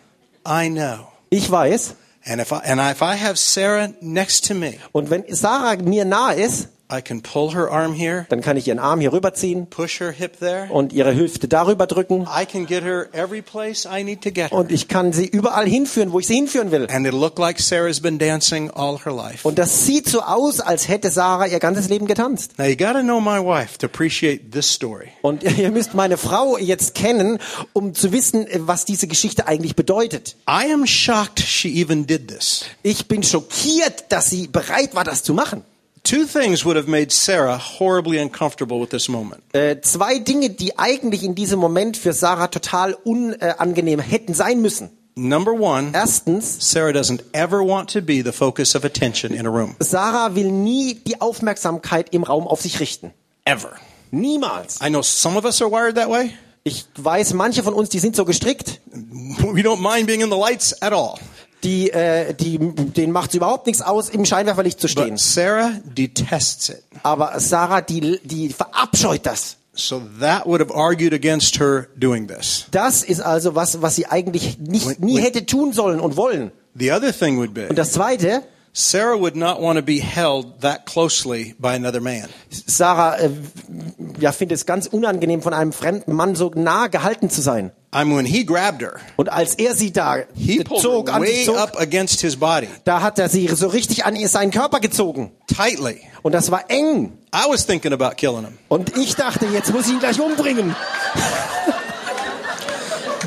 I know. Ich weiß. And if I and if I have Sarah next to me, Und wenn Sarah mir nahe ist, I can pull her arm here, dann kann ich ihren Arm hier rüberziehen push her hip there. und ihre Hüfte darüber drücken. I can get her every place I need to get her. Und ich kann sie überall hinführen, wo ich sie hinführen will. And it'll look like Sarah's been dancing all her life. Und das sieht so aus, als hätte Sarah ihr ganzes Leben getanzt. Now you got to know my wife to appreciate this story. Und ihr müsst meine Frau jetzt kennen, um zu wissen, was diese Geschichte eigentlich bedeutet. I am shocked she even did this Ich bin schockiert, dass sie bereit war, das zu machen. Two things would have made Sarah horribly uncomfortable with this moment. Äh, zwei Dinge, die eigentlich in diesem Moment für Sarah total unangenehm hätten sein müssen. Number one, Erstens, Sarah doesn't ever want to be the focus of attention in a room. Sarah will nie die Aufmerksamkeit im Raum auf sich richten. Ever. Niemals. I know some of us are wired that way. Ich weiß, manche von uns, die sind so gestrickt, We don't mind being in the lights at all. die, äh, die, denen macht es überhaupt nichts aus, im Scheinwerferlicht zu stehen. But Sarah detests it. Aber Sarah, die, die verabscheut das. So that would have argued against her doing this. Das ist also was, was sie eigentlich nicht, nie Wait. hätte tun sollen und wollen. The other thing would be Und das Zweite, Sarah would not want to be held that closely by another man. Sarah äh, ja, findet es ganz unangenehm, von einem fremden Mann so nah gehalten zu sein. I mean, when he grabbed her, Und als er sie da he pulled zog, her an way sich zog, up against his body da hat er sie so richtig an ihr- seinen Körper gezogen. tightly. Und das war eng. I was thinking about killing him, Und ich dachte, jetzt muss ich ihn gleich umbringen.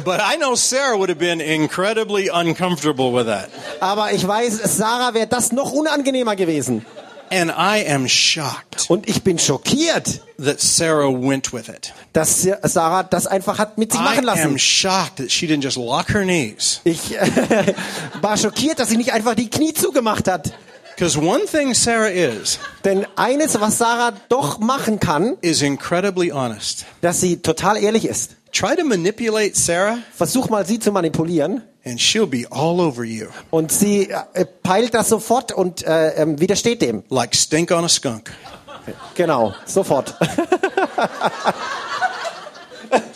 but I know Sarah would have been incredibly uncomfortable with that. Aber ich weiß, Sarah wäre das noch unangenehmer gewesen. And I am shocked Und ich bin schockiert, that Sarah went with it. dass Sarah das einfach hat mit sich I machen am lassen. shocked that she didn't just lock her knees. Ich äh, war schockiert, dass sie nicht einfach die Knie zugemacht hat. Because one thing Sarah is, Denn eines, was Sarah doch machen kann, is incredibly honest. dass sie total ehrlich ist. Try to manipulate Sarah, Versuch mal, sie zu manipulieren. and she'll be all over you Und sie äh, peilt das sofort und äh, ähm, widersteht dem. like stink on a skunk. Genau, sofort.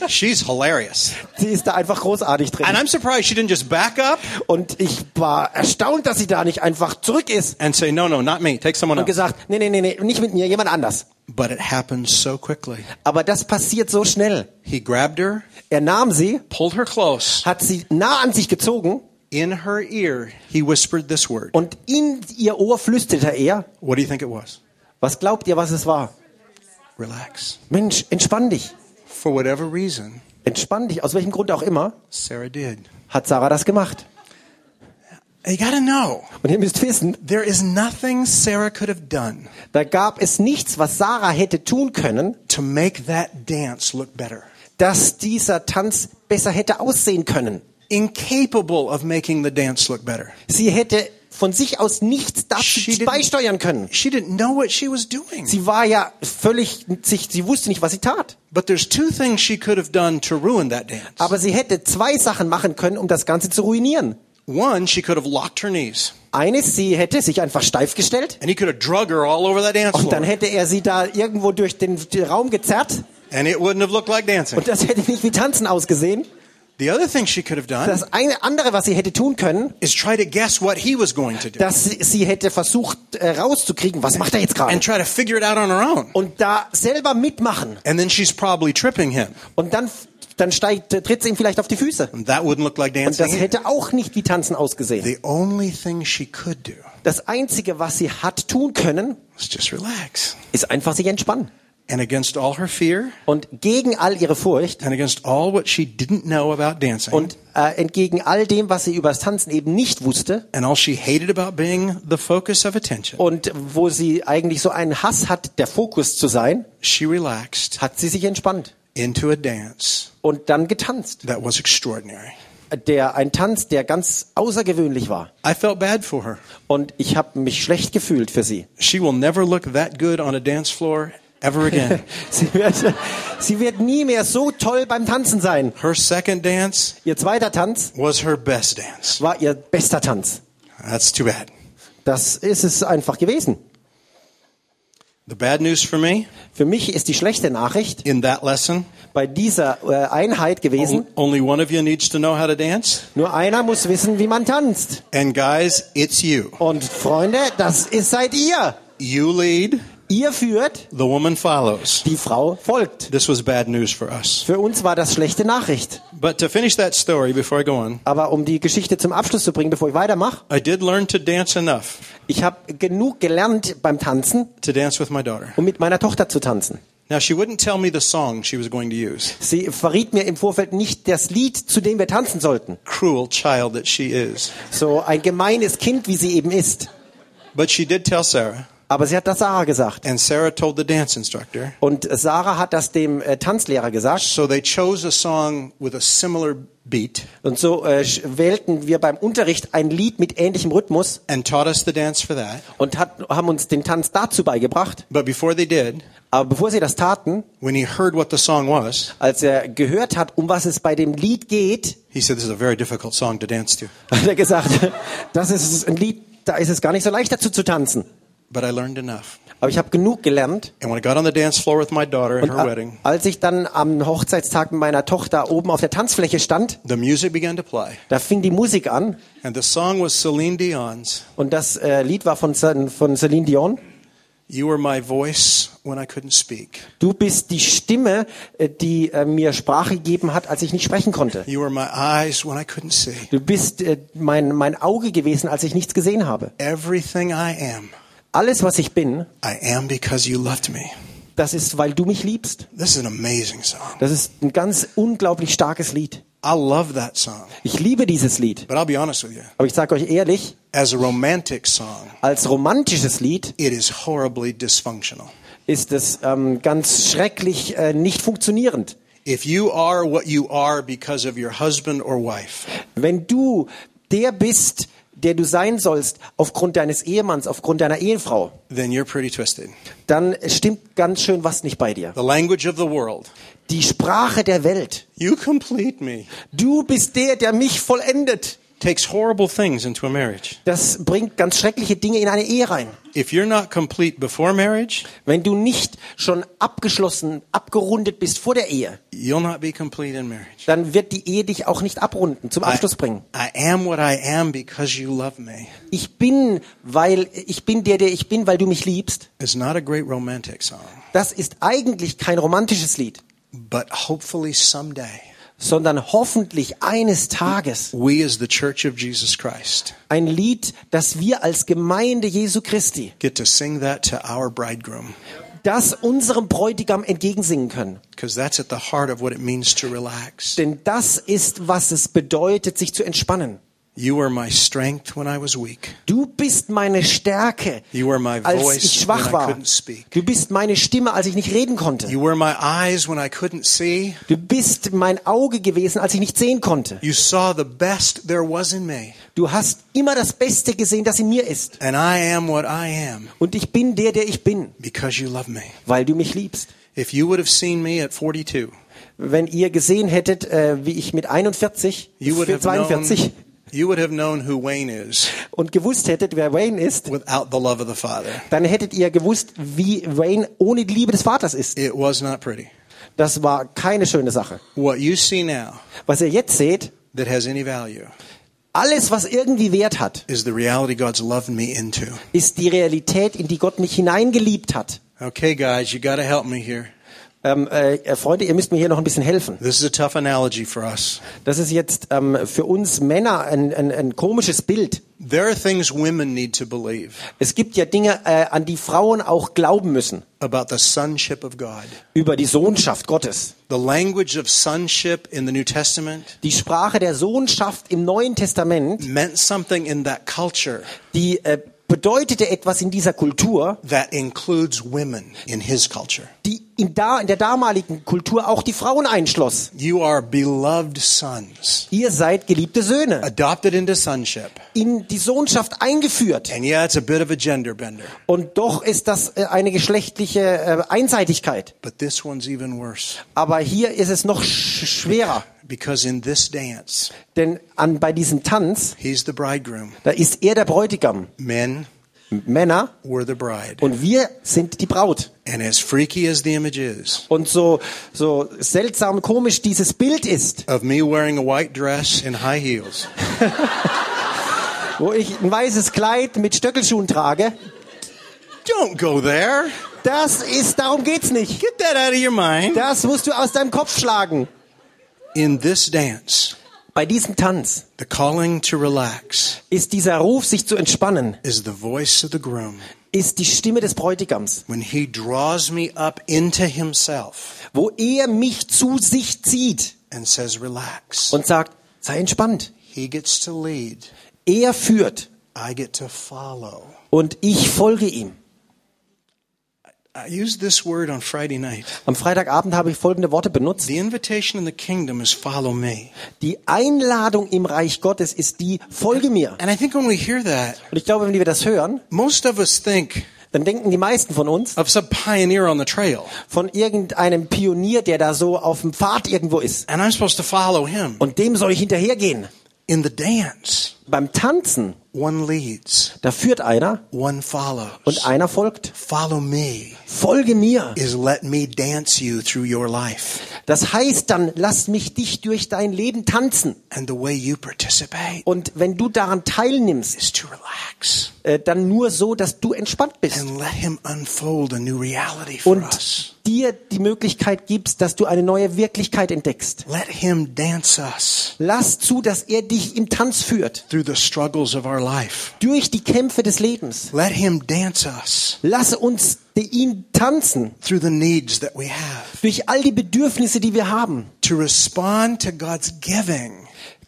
She's hilarious. sie ist da einfach großartig And drin. I'm surprised she didn't just back up Und ich war erstaunt, dass sie da nicht einfach zurück ist and say, no, no, not me, take someone und else. gesagt, nee, nee, nee, nee, nicht mit mir, jemand anders. But it happened so quickly. Aber das passiert so schnell. He grabbed her, Er nahm sie, pulled her close. hat sie nah an sich gezogen In her ear, he whispered this word. und in ihr Ohr flüsterte er, What do you think it was? was glaubt ihr, was es war? Relax. Mensch, entspann dich. For whatever reason, Entspann dich, aus welchem Grund auch immer, Sarah did. hat Sarah das gemacht. You gotta know, Und ihr müsst wissen, there is nothing Sarah could have done da gab es nichts, was Sarah hätte tun können, to make that dance look better. dass dieser Tanz besser hätte aussehen können. Incapable of making the dance look better. Sie hätte von sich aus nichts She dazu didn't- beisteuern können. She didn't know what she was doing. Sie war ja völlig sich, sie wusste nicht, was sie tat. But there's two things she could have done to ruin that dance. Aber sie hätte zwei Sachen machen können, um das Ganze zu ruinieren. One, she could have locked her knees, Eines, sie hätte sich einfach steif gestellt and he could have drug her all over that dance und dann floor, hätte er sie da irgendwo durch den, den Raum gezerrt and it wouldn't have looked like dancing. und das hätte nicht wie Tanzen ausgesehen. The other thing she could have done Das eine andere, was sie hätte tun können, is try to guess what he was going to do, dass sie, sie hätte versucht äh, rauszukriegen, was macht er jetzt gerade? and try to figure it out on her own. Und da selber mitmachen. And then she's probably tripping him. Und dann, dann steigt, tritt sie ihm vielleicht auf die Füße. And that wouldn't look like Und das dancing. either. hätte auch nicht wie Tanzen ausgesehen. The only thing she could do Das Einzige, was sie hat tun können, was just relax. ist einfach sich entspannen. And against all her fear, Und gegen all ihre Furcht and against all what she didn't know about dancing, und äh, entgegen all dem, was sie über das Tanzen eben nicht wusste and all she hated about being the focus of attention, und wo sie eigentlich so einen Hass hat, der Fokus zu sein, she relaxed hat sie sich entspannt into a dance und dann getanzt. that was extraordinary. Der ein Tanz, der ganz außergewöhnlich war. I felt bad for her. Und ich habe mich schlecht gefühlt für sie. She will never look that good on a dance floor ever again. Sie wird, sie wird nie mehr so toll beim Tanzen sein. her second dance Ihr zweiter Tanz was her best dance. war ihr bester Tanz. That's too bad. Das ist es einfach gewesen. The bad news for me Für mich ist die schlechte Nachricht in that lesson, bei dieser äh, Einheit gewesen, on- only one of you needs to know how to dance. nur einer muss wissen, wie man tanzt. And guys, it's you. Und Freunde, das ist seid ihr. You lead, Ihr führt, the woman follows. die Frau folgt. This was bad news for us. Für uns war das schlechte Nachricht. But to finish that story before I go on, Aber um die Geschichte zum Abschluss zu bringen, bevor ich weitermache, I did learn to dance enough ich habe genug gelernt beim Tanzen, to dance with my daughter. um mit meiner Tochter zu tanzen. Now, she wouldn't tell me the song she was going to use. Sie verriet mir im Vorfeld nicht das Lied, zu dem wir tanzen sollten. Cruel child that she is. So ein gemeines Kind, wie sie eben ist. But she did tell Sarah, Aber sie hat das Sarah gesagt. And Sarah told the dance instructor. Und Sarah hat das dem äh, Tanzlehrer gesagt. So they chose a song with a similar beat Und so äh, sch- wählten wir beim Unterricht ein Lied mit ähnlichem Rhythmus and taught us the dance for that. und hat, haben uns den Tanz dazu beigebracht. But before they did, Aber bevor sie das taten, when he heard what the song was, als er gehört hat, um was es bei dem Lied geht, he said, This is a very difficult song to dance to. hat er gesagt, das ist ein Lied, da ist es gar nicht so leicht dazu zu tanzen. But I learned enough. Aber ich habe genug gelernt. And when I got on the dance floor with my daughter at Und her a- wedding, als ich dann am Hochzeitstag mit meiner Tochter oben auf der Tanzfläche stand, the music began to play. da fing die Musik an And the song was Celine Dion's und das äh, Lied war von, Cel- von Celine Dion. You Were My Voice When I Couldn't Speak. Du bist die Stimme, äh, die äh, mir Sprache gegeben hat, als ich nicht sprechen konnte. You Were My Eyes When I Couldn't See. Du bist äh, mein, mein Auge gewesen, als ich nichts gesehen habe. Everything I am, Alles, was ich bin, I am because you loved me. das ist, weil du mich liebst. This is an amazing song. Das ist ein ganz unglaublich starkes Lied. I love that song. Ich liebe dieses Lied. But I'll be honest with you, Aber ich sage euch ehrlich, as a romantic song, als romantisches Lied it is horribly dysfunctional. ist es ähm, ganz schrecklich äh, nicht funktionierend. If you are what you are because of your husband or wife, Wenn du der bist, der du sein sollst, aufgrund deines Ehemanns, aufgrund deiner Ehefrau, then you're pretty twisted. dann stimmt ganz schön was nicht bei dir. The language of the world. Die Sprache der Welt. You complete me. Du bist der, der mich vollendet. Takes horrible things into a marriage. Das bringt ganz schreckliche Dinge in eine Ehe rein. If you're not complete before marriage, Wenn du nicht schon abgeschlossen, abgerundet bist vor der Ehe, you'll not be complete in marriage. dann wird die Ehe dich auch nicht abrunden, zum Abschluss bringen. I am what I am because you love me. Ich bin, weil ich bin der, der ich bin, weil du mich liebst. It's not a great romantic song, Das ist eigentlich kein romantisches Lied, but hopefully someday sondern hoffentlich eines Tages we as the church of Jesus Christ ein Lied, das wir als Gemeinde Jesu Christi, get to sing that to our bridegroom das unserem Bräutigam entgegensingen können. because that's at the heart of what it means to relax. Denn das ist, was es bedeutet, sich zu entspannen. You were my strength when I was weak. Du bist meine Stärke, You were my als voice ich when schwach I war. couldn't speak. Du bist meine Stimme, als ich nicht reden konnte. You were my eyes when I couldn't see. Du bist mein Auge gewesen, als ich nicht sehen konnte. You saw the best there was in me, Du hast immer das Beste gesehen, das in mir ist. and I am what I am Und ich bin der, der ich bin, because you love me. weil du mich liebst. If you would have seen me at 42, Wenn ihr gesehen hättet, äh, wie ich mit 41, you would have 42 known you would have known who Wayne is und gewusst hättet, wer Wayne ist, without the love of the Father. dann hättet ihr gewusst, wie Wayne ohne die Liebe des Vaters ist. It was not pretty. Das war keine schöne Sache. What you see now Was ihr jetzt seht, that has any value alles, was irgendwie Wert hat, is the reality God's loved me into. ist die Realität, in die Gott mich hineingeliebt hat. Okay, guys, you got to help me here. Ähm, äh, Freunde, ihr müsst mir hier noch ein bisschen helfen. This is a tough analogy for us. Das ist jetzt ähm, für uns Männer ein, ein, ein komisches Bild. There are things women need to believe Es gibt ja Dinge, äh, an die Frauen auch glauben müssen. about the sonship of God. Über die Sohnschaft Gottes. The language of sonship in the New Testament Die Sprache der Sohnschaft im Neuen Testament, meant something in that culture die äh, bedeutete etwas in dieser Kultur, that includes women in his culture. die in, da, in der damaligen Kultur auch die Frauen einschloss. You are beloved sons, Ihr seid geliebte Söhne, adopted into sonship. in die Sohnschaft eingeführt. And yeah, it's a bit of a gender bender, Und doch ist das äh, eine geschlechtliche äh, Einseitigkeit. but this one's even worse Aber hier ist es noch sch schwerer. because in this dance, Denn an, bei diesem Tanz he's the bridegroom. Da ist er der Bräutigam, Men M- Männer, were the bride. und wir sind die Braut. And as freaky as the image is Und so, so seltsam komisch dieses Bild ist, of me wearing a white dress and high heels, wo ich ein weißes Kleid mit Stöckelschuhen trage, don't go there. das ist, darum geht's nicht. Get that out of your mind. Das musst du aus deinem Kopf schlagen. In this dance, Bei diesem Tanz the calling to relax ist dieser Ruf, sich zu entspannen, is the voice of the groom. ist die Stimme des Bräutigams, When he draws me up into himself wo er mich zu sich zieht and says, relax, und sagt, sei entspannt. he gets to lead. Er führt I get to follow. und ich folge ihm. I used this word on Friday night. Am Freitagabend habe ich folgende Worte benutzt. The invitation in the kingdom is follow me. Die Einladung im Reich Gottes ist die, folge mir. And I think when we hear that, Und ich glaube, wenn wir das hören, most of us think dann denken die meisten von uns of some pioneer on the trail, von irgendeinem Pionier, der da so auf dem Pfad irgendwo ist. and I'm supposed to follow him. Und dem soll ich hinterhergehen. In the dance, Beim Tanzen, one leads, da führt einer one follows. und einer folgt. Follow me Folge mir. is let me dance you through your life Das heißt dann, lass mich dich durch dein Leben tanzen. and the way you participate Und wenn du daran teilnimmst, is to relax äh, dann nur so, dass du entspannt bist. and let him unfold a new reality for us. und dir die Möglichkeit gibst, dass du eine neue Wirklichkeit entdeckst. Let him dance us Lass zu, dass er dich im Tanz führt, through the struggles of our life. durch die Kämpfe des Lebens. Let him dance us Lass uns die- ihn tanzen, through the needs that we have. durch all die Bedürfnisse, die wir haben. To respond to God's giving,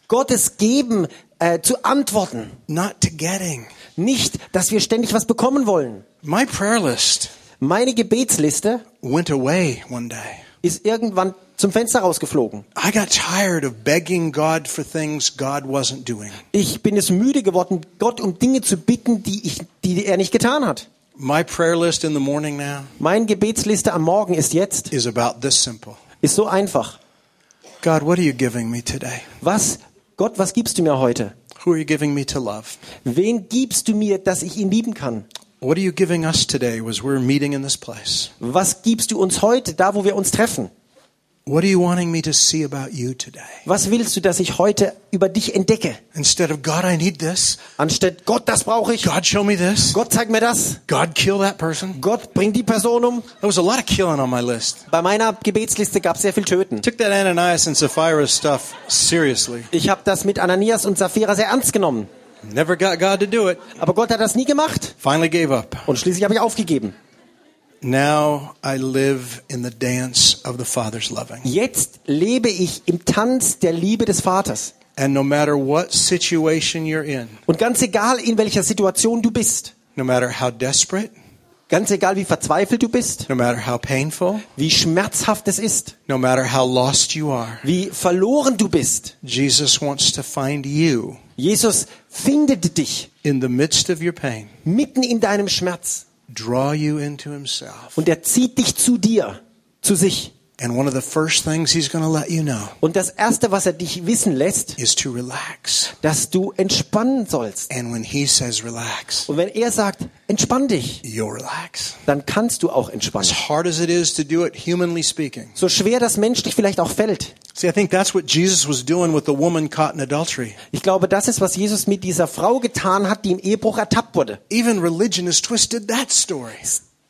Gottes Geben äh, zu antworten. not to getting. Nicht, dass wir ständig was bekommen wollen. My prayer list Meine Gebetsliste went away one day. ist irgendwann zum Fenster rausgeflogen. I got tired of begging God for things God wasn't doing. Ich bin es müde geworden, Gott um Dinge zu bitten, die, ich, die er nicht getan hat. My prayer list in the morning now Meine Gebetsliste am Morgen ist jetzt, is about this simple ist so einfach. God, what are you giving me today? Was, Gott, was gibst du mir heute? Who are you giving me to love? Wen gibst du mir, dass ich ihn lieben kann? What are you giving us today as we're meeting in this place? Was gibst du uns heute, da wo wir uns treffen? What are you wanting me to see about you today? Was willst du, dass ich heute über dich entdecke? Instead of God, I need this. Anstatt Gott, das brauche ich. God, show me this. Gott, zeig mir das. God, kill that person. Gott, bring die Person um. There was a lot of killing on my list. Bei meiner Gebetsliste gab es sehr viel Töten. Took that Ananias and Sapphira stuff seriously. Ich habe das mit Ananias und Sapphira sehr ernst genommen. Never got God to do it. Aber Gott hat das nie gemacht. Finally gave up. Und schließlich habe ich aufgegeben. Now I live in the dance of the Father's loving. Jetzt lebe ich im Tanz der Liebe des Vaters. And no matter what situation you're in, Und ganz egal, in welcher Situation du bist, no matter how desperate, ganz egal, wie verzweifelt du bist, no matter how painful, wie schmerzhaft es ist, no matter how lost you are, wie verloren du bist. Jesus wants to find you Jesus findet dich in the midst of your pain, mitten in deinem Schmerz draw you into himself. und er zieht dich zu dir, zu sich. And one of the first things he's going to let you know Und das Erste, was er dich wissen lässt, is to relax. dass du entspannen sollst. And when he says relax, Und wenn er sagt, entspann dich, you'll relax. dann kannst du auch As entspannen. hard as it is to do it humanly speaking. So schwer das menschlich vielleicht auch fällt. See, I think that's what Jesus was doing with the woman caught in adultery. Ich glaube, das ist, was Jesus mit dieser Frau getan hat, die im Ehebruch ertappt wurde. Even religion has twisted that story.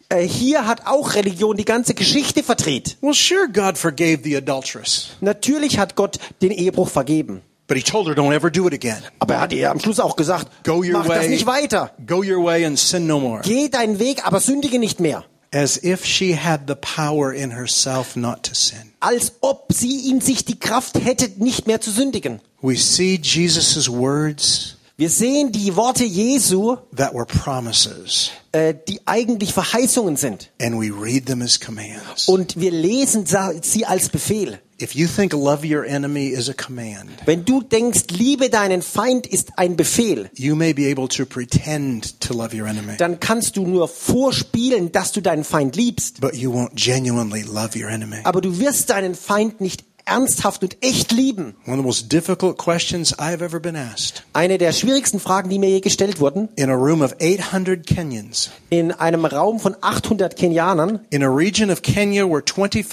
Äh, hier hat auch Religion die ganze Geschichte verdreht. Well, sure, God forgave the adulteress, Natürlich hat Gott den Ehebruch vergeben. but he told her, don't ever do it again. Aber er hat ihr am Schluss auch gesagt, Go your mach das way. nicht weiter. Go your way and sin no more. Geh deinen Weg, aber sündige nicht mehr. As if she had the power in herself not to sin. Als ob sie in sich die Kraft hätte, nicht mehr zu sündigen. We see Jesus' words Wir sehen die Worte Jesu, that were promises, äh, die eigentlich Verheißungen sind. and we read them as commands. Und wir lesen sa- sie als Befehl. If you think love your enemy is a command, Wenn du denkst, liebe deinen Feind ist ein Befehl, you may be able to pretend to love your enemy, dann kannst du nur vorspielen, dass du deinen Feind liebst. but you won't genuinely love your enemy. Aber du wirst deinen Feind nicht ernsthaft und echt lieben. One of the most difficult questions I have ever been asked Eine der schwierigsten Fragen, die mir je gestellt wurden, in a room of 800 Kenyans, in einem Raum von 800 Kenianern, in a region of Kenya where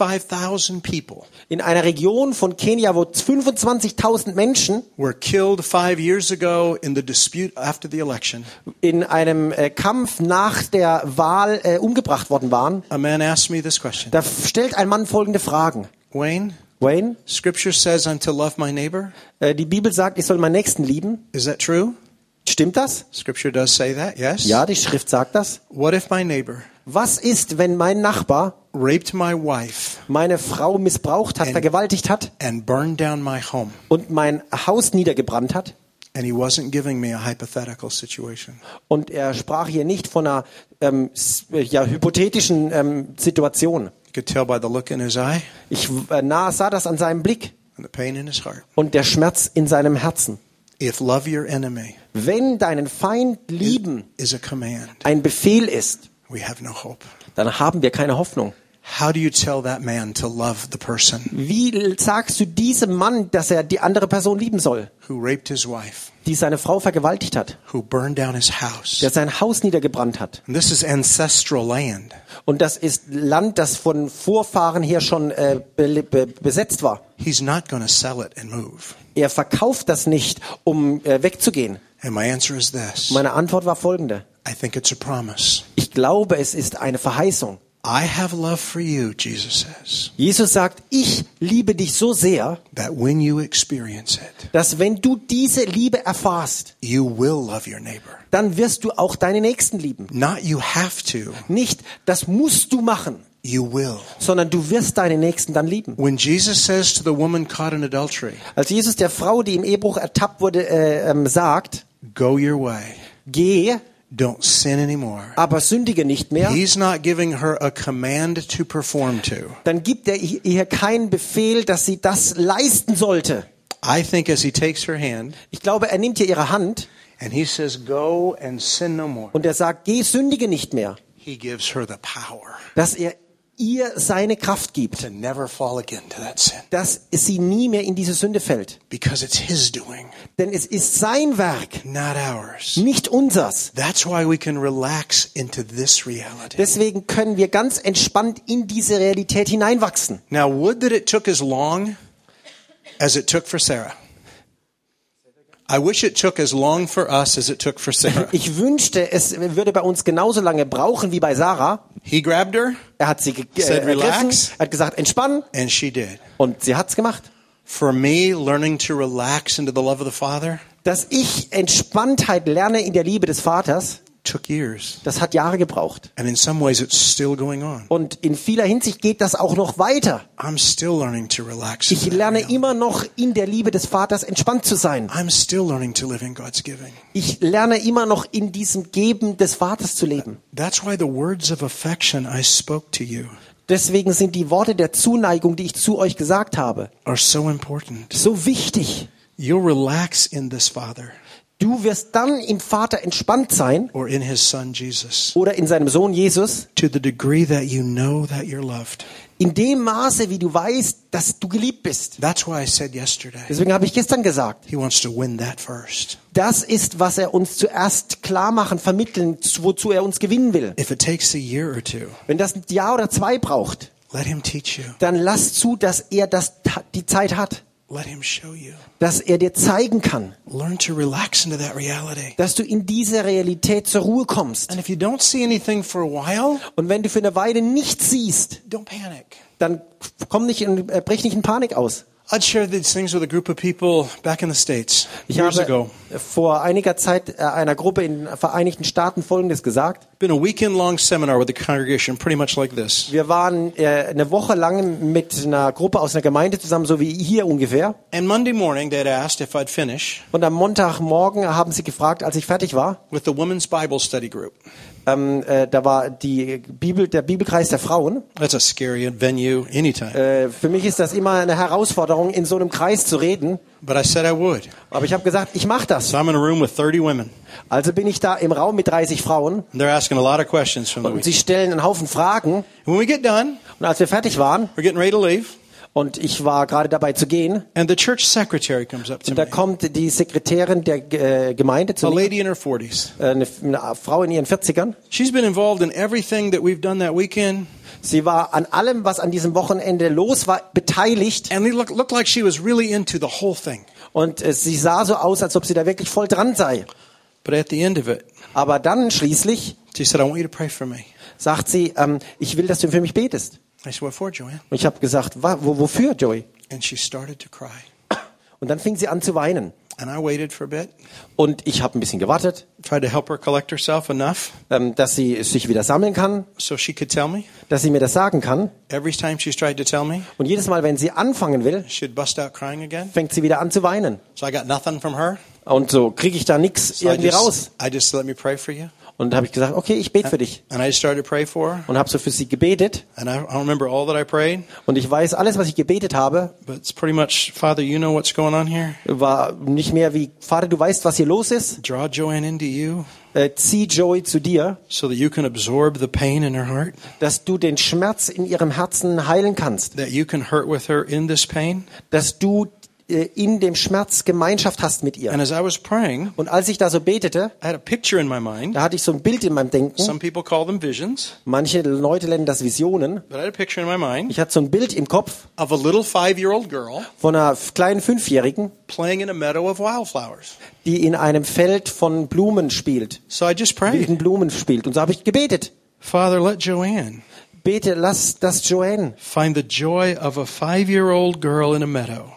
25,000 people in einer Region von Kenia, wo 25.000 Menschen were killed five years ago in the dispute after the election, in einem äh, Kampf nach der Wahl äh, umgebracht worden waren, a man asked me this question da f- stellt ein Mann folgende Fragen. Wayne, Wayne, scripture says I'm to love my neighbor. äh, die Bibel sagt, ich soll meinen Nächsten lieben. Is that true? Stimmt das? Scripture does say that, yes. Ja, die Schrift sagt das. What if my neighbor Was ist, wenn mein Nachbar raped my wife meine Frau missbraucht hat, vergewaltigt hat and burned down my home und mein Haus niedergebrannt hat And he wasn't giving me a hypothetical situation. Und er sprach hier nicht von einer ähm, s- ja, hypothetischen ähm, Situation. You could tell by the look in his eye Ich äh, nah, sah das an seinem Blick and the pain in his heart. und der Schmerz in seinem Herzen. If love your enemy Wenn deinen Feind lieben is a command, ein Befehl ist, we have no hope. dann haben wir keine Hoffnung. How do you tell that man to love the person Wie l- sagst du diesem Mann, dass er die andere Person lieben soll, who raped his wife, die seine Frau vergewaltigt hat, who burned down his house? der sein Haus niedergebrannt hat? And this is ancestral land. Und das ist Land, das von Vorfahren her schon äh, be be besetzt war. He's not going to sell it and move. Er verkauft das nicht, um äh, wegzugehen. And my answer is this Meine Antwort war folgende. I think it's a promise. Ich glaube, es ist eine Verheißung. I have love for you, Jesus says, Jesus sagt, ich liebe dich so sehr, that when you experience it, dass wenn du diese Liebe erfahrst, you will love your neighbor. dann wirst du auch deine Nächsten lieben. Not you have to, Nicht, das musst du machen, you will. sondern du wirst deine Nächsten dann lieben. When Jesus says to the woman caught in adultery, Als Jesus der Frau, die im Ehebruch ertappt wurde, äh, ähm, sagt, go your way, geh, don't sin anymore, aber sündige nicht mehr, he's not giving her a command to perform to. dann gibt er ihr keinen Befehl, dass sie das leisten sollte. I think as he takes her hand Ich glaube, er nimmt ihr ihre Hand and he says, go and sin no more, und er sagt, geh, sündige nicht mehr, he gives her the power dass er ihr seine Kraft to gibt, never fall again to that sin dass sie nie mehr in diese Sünde fällt. because it's his doing, Denn es ist sein Werk, not ours. nicht unsers. That's why we can relax into this reality. Deswegen können wir ganz entspannt in diese Realität hineinwachsen. Now, would that it took as long as it took for Sarah. I wish it took as long for us as it took for Sarah. Ich wünschte, es würde bei uns genauso lange brauchen wie bei Sarah. He grabbed her, Er hat sie ge- äh, Said ergriffen, relax. hat gesagt, entspannen and she did. und sie hat's gemacht. For me, learning to relax into the love of the Father Dass ich Entspanntheit lerne in der Liebe des Vaters, took years. das hat Jahre gebraucht. And in some ways, it's still going on. Und in vieler Hinsicht geht das auch noch weiter. I'm still learning to relax. Ich into that lerne reality. immer noch in der Liebe des Vaters entspannt zu sein. I'm still learning to live in God's giving. Ich lerne immer noch in diesem Geben des Vaters zu leben. That's why the words of affection I spoke to you Deswegen sind die Worte der Zuneigung, die ich zu euch gesagt habe, are so important. so wichtig. You'll relax in this Father Du wirst dann im Vater entspannt sein or in His Son Jesus oder in seinem Sohn Jesus, to the degree that you know that you're loved. in dem Maße, wie du weißt, dass du geliebt bist. That's why I said yesterday, Deswegen habe ich gestern gesagt, He wants to win that first. das ist, was er uns zuerst klar machen, vermitteln, wozu er uns gewinnen will. If it takes a year or two, Wenn das ein Jahr oder zwei braucht, let Him teach you, dann lass zu, dass er das, ta- die Zeit hat. let Him show you. dass er dir zeigen kann, Learn to relax into that reality. dass du in dieser Realität zur Ruhe kommst. And if you don't see anything for a while, Und wenn du für eine Weile nichts siehst, don't panic. dann komm nicht in, äh, brich nicht in Panik aus. I'd shared these things with a group of people back in the States Ich years habe ago. vor einiger Zeit äh, einer Gruppe in den Vereinigten Staaten Folgendes gesagt. Been a weekend long seminar with the congregation, pretty much like this. Wir waren äh, eine Woche lang mit einer Gruppe aus einer Gemeinde zusammen, so wie hier ungefähr. And Monday morning, they'd asked if I'd finish Und am Montagmorgen haben sie gefragt, als ich fertig war, with the women's Bible study group. ähm, äh, da war die Bibel, der Bibelkreis der Frauen. That's a scary venue anytime. Äh, für mich ist das immer eine Herausforderung, in so einem Kreis zu reden. but I said I would. Aber ich habe gesagt, ich mache das. So I'm in a room with 30 women. Also bin ich da im Raum mit 30 Frauen And they're asking a lot of questions from the und week. sie stellen einen Haufen Fragen. When we get done, Und als wir fertig waren we're getting ready to leave. und ich war gerade dabei zu gehen, And the church secretary comes up to und da me. kommt die Sekretärin der äh, Gemeinde zu A mir, lady in her 40s. äh, eine, eine Frau in ihren 40ern. She's been involved in everything that we've done that weekend. Sie war an allem, was an diesem Wochenende los war, beteiligt And it looked, looked like she was really into the whole thing. und äh, sie sah so aus, als ob sie da wirklich voll dran sei. But at the end of it, Aber dann schließlich she said, I want you to pray for me. sagt sie, ähm, ich will, dass du für mich betest. I said, What for, Joanne? Und ich habe gesagt, "Wa- wo, wofür, Joey? And she started to cry. Und dann fing sie an zu weinen. And I waited for a bit, Und ich habe ein bisschen gewartet, tried to help her collect herself enough ähm, dass sie sich wieder sammeln kann, so she could tell me. dass sie mir das sagen kann. Every time she's tried to tell me, Und jedes Mal, wenn sie anfangen will, she'd bust out crying again. fängt sie wieder an zu weinen. So I got nothing from her. Und so kriege ich da nichts I irgendwie just, raus. I just let me pray for you. Und habe ich gesagt, okay, ich bete für dich. And I just started to pray for her. Und habe so für sie gebetet. And I I don't remember all that I prayed, Und ich weiß, alles, was ich gebetet habe, but it's pretty much, Father, you know what's going on here. war nicht mehr wie, Vater, du weißt, was hier los ist. Draw Joanne into you Äh, zieh Joey zu dir, so that you can absorb the pain in her heart, dass du den Schmerz in ihrem Herzen heilen kannst. that you can hurt with her in this pain. Dass du äh, in dem Schmerz Gemeinschaft hast mit ihr. And as I was praying, Und als ich da so betete, I had a picture in my mind. da hatte ich so ein Bild in meinem Denken. Some people call them visions, Manche Leute nennen das Visionen. but I had a picture in my mind Ich hatte so ein Bild im Kopf of a little five year old girl von einer kleinen Fünfjährigen, playing in a meadow of wildflowers. die in einem Feld von Blumen spielt, So I just prayed, wilden Blumen spielt. Und so habe ich gebetet. Father, let Joanne Bete, lass das Joanne, find the joy of a five year old girl in a meadow.